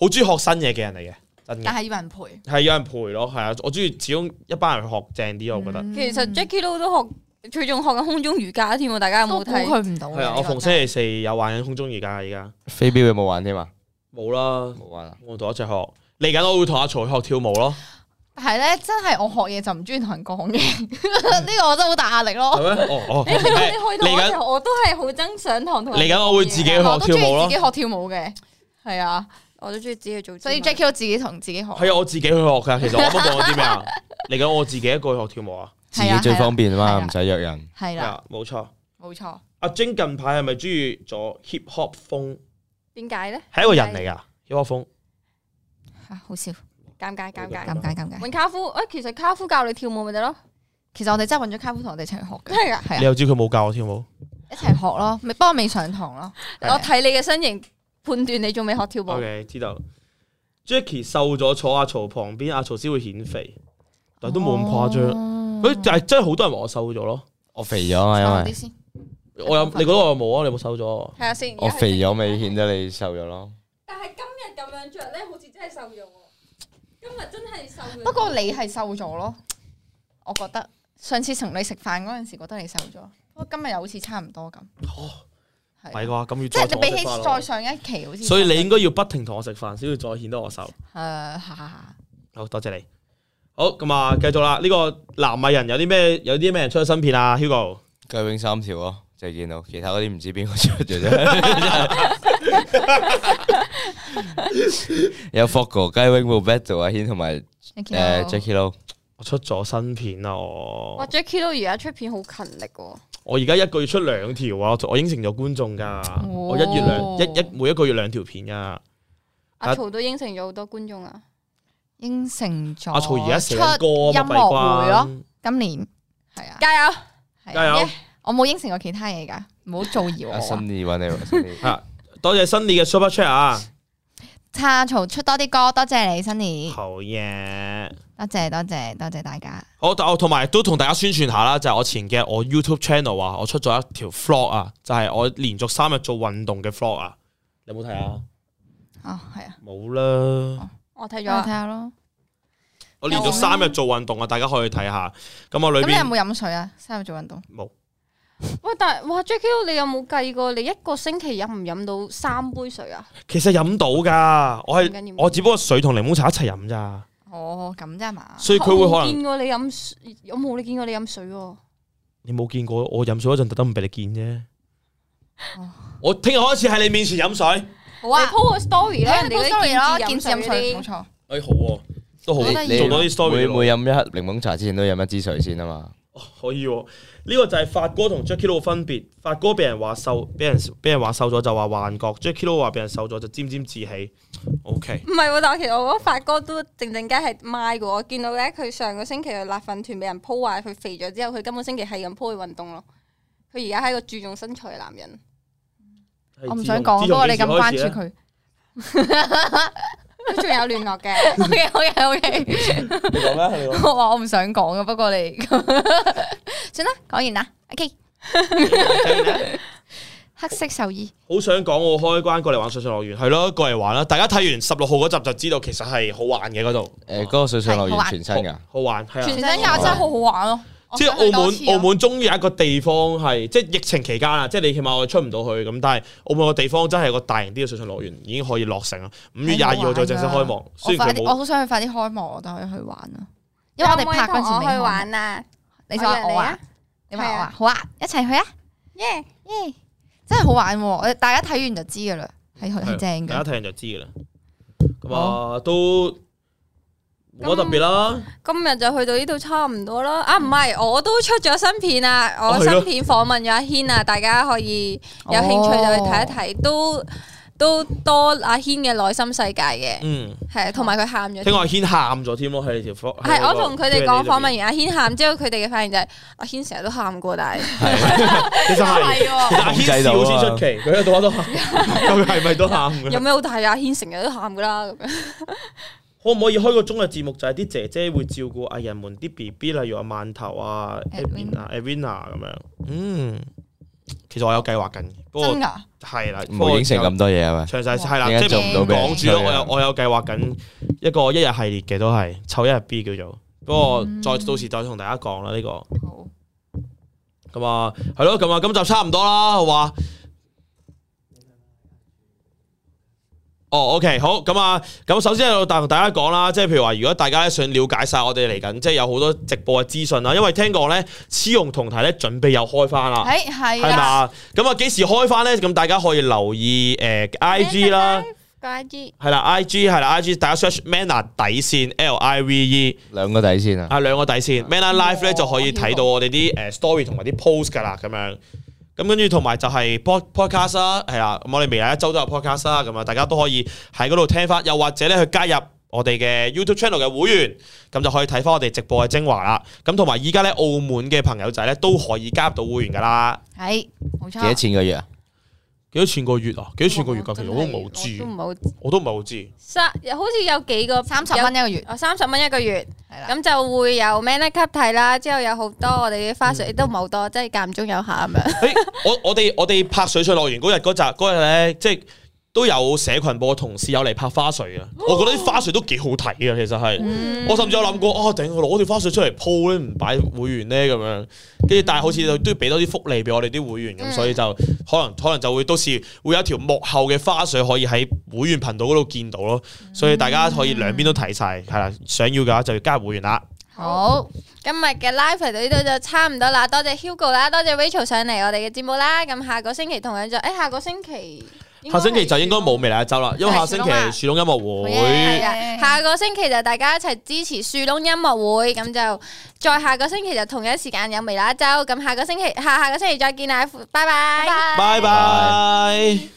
好中意學新嘢嘅人嚟嘅。真嘅但。係要人陪。係有人陪咯，係啊！我中意始終一班人學正啲，我覺嗯得。其實 Jackie Lou 都學，佢仲學緊空中瑜伽添喎，大家有都冇估睇？佢唔到嘅。係啊，我逢星期四有玩緊空中而家，而家飛鏢有冇玩添啊？冇啦，冇玩啊！我同我一齊學。嚟緊我會同阿曹學跳舞咯，但係咧，真係我學嘢就唔中意同人講嘅，嗯呢個我真係好大壓力咯。係咩？哦哦， 你係開嚟緊堂，我都係好憎上堂同人嚟緊我會自己去講嘢啊我都學跳中舞意咯自己，學跳舞嘅，係啊，我都中意自己去做節目。所以 Jackie 都自己同自己學。係啊，我自己去學㗎。其實我都冇講啲咩啊，嚟緊我自己一個去學跳舞啊，自係啊己最方便啊係啊嘛，唔使約人。係係啦，啊，冇錯。冇錯。阿晶近排係咪中意咗 hip hop 風？點解咧？係一個人嚟㗎 hip hop 風嚇啊好笑，尷尬尷尷尬。尷尬尷尬。問卡夫，哎誒，其實卡夫教你跳舞咪得咯，其實我哋真係揾咗卡夫同我哋一齊 學真嘅， 係㗎。係你啊，又知佢冇教我跳舞，一齊學咯，未不過未上堂咯。係啊啊我睇你嘅身形判斷你仲未學跳舞。 OK，知道。Jackie 瘦咗，坐阿曹旁邊，阿曹先會顯肥，但都冇咁誇張。張佢就係真係好多人話我瘦咗咯。我肥咗啊，因哦啲為先，我有，你覺得我有冇啊？你有冇瘦咗？睇下先。啊我肥咗咪顯得你瘦咗咯。但係今日咁樣着咧，好似真係瘦咗喎。今日真係瘦咗。不過你係瘦咗咯，我覺得上次同你食飯嗰陣時覺得你瘦咗，不過今日又好似差唔多咁。係唔哦係啊啩？咁要即再係同你我比食起飯再咯上一期好似，所以你應該要不停同我食飯，先會再顯得我啊瘦。誒呃下下好多謝你。好咁啊，繼續啦。呢個男藝人有啲咩有啲咩人出咗新片啊？Hugo 雞 wing 三條咯，就係見到其他嗰啲唔知邊個 出咗啫。 有 Fogo、雞 wing、Will Battle 阿軒同埋誒呃 Jackie Lou，我出咗新片啦，我哇，Jackie 都而家出片好勤力喎。我而家一個月出兩條啊！我我應承咗觀眾噶，哦我一月兩一一每一個月兩條片噶。啊阿曹都應承咗好多觀眾啊。應承咗阿曹而家寫出歌啊音嘛，樂會咯，閉今年係啊，加油！係啊關加油！我冇應承過其他嘢㗎，唔好造謠阿我啊。新意揾 你新意。多謝新年嘅 Super Chat 啊！差曹出多啲歌，多謝你，Sunny，好嘢。多謝多謝多謝大家。好，但我同埋都同大家宣傳下啦，就係、我前嘅我 YouTube channel 啊，我出咗一條 vlog 啊，就係、我連續三日做運動嘅 vlog 啊，你有冇睇啊？哦，係啊，冇啦，我睇咗我睇啊。下咯。我連續三日做運動啊，大家可以睇下。咁我裏咁你有邊冇飲水啊？三日做運動，冇，喂，但係哇，Jackie，你有冇計過你一個星期飲唔飲到三杯水啊？其實飲到㗎，我唔緊係要我只不過水同檸檬茶一齊飲咋，哦，咁啫嘛。所以佢會我可冇見能過你飲水，我冇你見過你飲水喎。你冇見過我飲水嗰陣特登唔俾你見啫哦。我聽日開始喺你面前飲水，好啊你 po 個啊 story 咧，人人哋嗰哋啲 sorry 咯，見見字字飲飲水水冇嗰啲，錯。哎好喎，都好好得意你喎做多啲 story 每咯每飲一盒檸檬茶之前都飲一支水先啊嘛。可以喎，呢、個就係發哥同 Jackie Lou 嘅分別。發哥俾人話瘦，俾人俾人話瘦咗就話幻覺；Jackie Lou 話俾人瘦咗就沾沾自喜。O K，唔係喎，但係其實我覺得發哥都靜靜雞係賣嘅喎，我見到咧佢上個星期嘅辣粉團俾人 po 話佢肥咗之後，佢今個星期係咁 po 去運動咯。佢而家係一個注重身材嘅男人，我唔想講，不過你咁關注啊佢。佢仲有啊聯 絡嘅。 O K O K O K，你講啦， 你講。我話我唔想講啊嘅，不過你 算啦，講完啦。O K，黑色壽衣好想講我開關過嚟玩水上樂園，係咯，過嚟玩啦！大家睇完十六號嗰集就知道其實係好玩嘅嗰度，誒，嗰個水上樂係好玩園全新㗎，好玩係全啊！身架真係好好玩咯。我即係想去多澳門次，澳啊門終於有一個地方係即係疫情期間啊，即係你起碼我出唔到去咁，但係澳門個地方真係有個大型啲嘅水上樂園已經可以落成啦。五月廿二號再正式開幕，我雖然快佢啲，我冇好想去快啲開幕，我都可以去玩啊。因為我哋拍嗰陣時可唔可以同我未去玩，玩啊！你想話我啊？你話我啊？好啊，一齊去啊！耶！耶！真係好玩喎，我哋大家睇完就知噶啦，係係正啊大嘅。家睇完就知噶啦。咁啊，都冇乜哦咁特別啦。今日就去到呢度差唔多啦。啊，唔係，我都出咗新片啊！我哦係咯新片訪問咗阿軒啊，大家可以有興趣就去睇一哦。睇，都都多阿軒嘅內心世界嘅，嗯，係同埋佢喊咗聽。講阿軒喊咗添咯，喺你條訪。係喺我個同佢哋講訪問完阿軒喊之後，佢哋嘅反應就係阿軒成日都喊過，但係其實係，係喎，其實阿軒笑先出奇，佢喺度都喊，究竟係咪都喊 有嘅？咩好睇啊？阿軒成日都喊噶啦， 咁樣可唔可以開個綜藝節目，就係啲姐姐會照顧藝人們啲 B B，例如阿饅頭啊、 Edwin Edwin 啊、Edwin 啊咁樣。嗯，其實我有計劃緊嘅，不過真噶，係啦，唔好應承咁多嘢係咪？啊詳細係啦，點即解係做唔唔到俾講人住吹咯。我有啊？我有計劃緊一個一日系列嘅都係湊一日 B 叫做。不過再到時再同大家講啦呢個。好，咁啊，係咯，咁啊，咁就差唔多啦，好嘛？哦，OK，好，咁啊，咁首先喺度同大家講啦，即係譬如話，如果大家咧想了解晒我哋嚟緊，即係有好多直播嘅資訊啦，因為聽講咧，雌雄同體咧準備又開翻啦。啊係哎係係啦，嘛？咁啊，幾時開翻咧？咁大家可以留意誒 I G 啦，個 I G 係啦，I G 係啦，I G 大家 search Manner 底線 L I V E 兩個底線啊，啊兩個底線 Manner Life 咧哇就可以睇到我哋啲啊誒 story 同埋啲 post 噶啦，咁樣。咁跟住同埋就係 pod podcast 啦，係啦，咁我哋未來一周都有 podcast 啦，咁啊大家都可以喺嗰度聽翻，又或者咧去加入我哋嘅 YouTube channel 嘅會員，咁就可以睇翻我哋直播嘅精華啦。咁同埋依家咧澳門嘅朋友仔咧都可以加入到會員噶啦。係冇幾多錯，錢個月啊？幾多錢個月啊？幾多錢個月㗎？其實我都冇都唔知，係好我都唔係好知。三，好似有幾個三十蚊一個月，哦，三十蚊一個月，係啦，咁就會有 man up 睇啦，之後有好多我哋嘅花絮，亦都唔係好多，即係間唔中有下咁樣。誒，我我哋我哋拍水上樂園嗰日嗰集嗰日咧，即係都有社群部嘅同事有嚟拍花絮啊！我覺得啲花絮都幾好睇嘅，其實嗯係。嗯我甚至有諗過，啊頂，我攞條花絮出嚟 po 咧，唔擺會員咧咁樣，跟住但係好似都要俾多啲福利俾我哋啲會員咁，嗯所以就可能可能就會到時會有一條幕後嘅花絮可以喺會員頻道嗰度見到咯，所以大家可以兩邊都睇晒，係啦，想要嘅話就要加入會員啦。好，今日嘅 live 嚟到呢度就差唔多啦，多謝 Hugo 啦，多謝 Rachel 上嚟我哋嘅節目啦。咁下個星期同樣就，誒、下個星期應該下係星期就應該冇未來一周啦，因為下星期係樹窿音樂會，啊係啊下個星期就大家一齊支持樹窿音樂會，咁就再下個星期就同一時間有微辣一周，咁下個星期下下個星期再見啦，拜拜拜拜拜。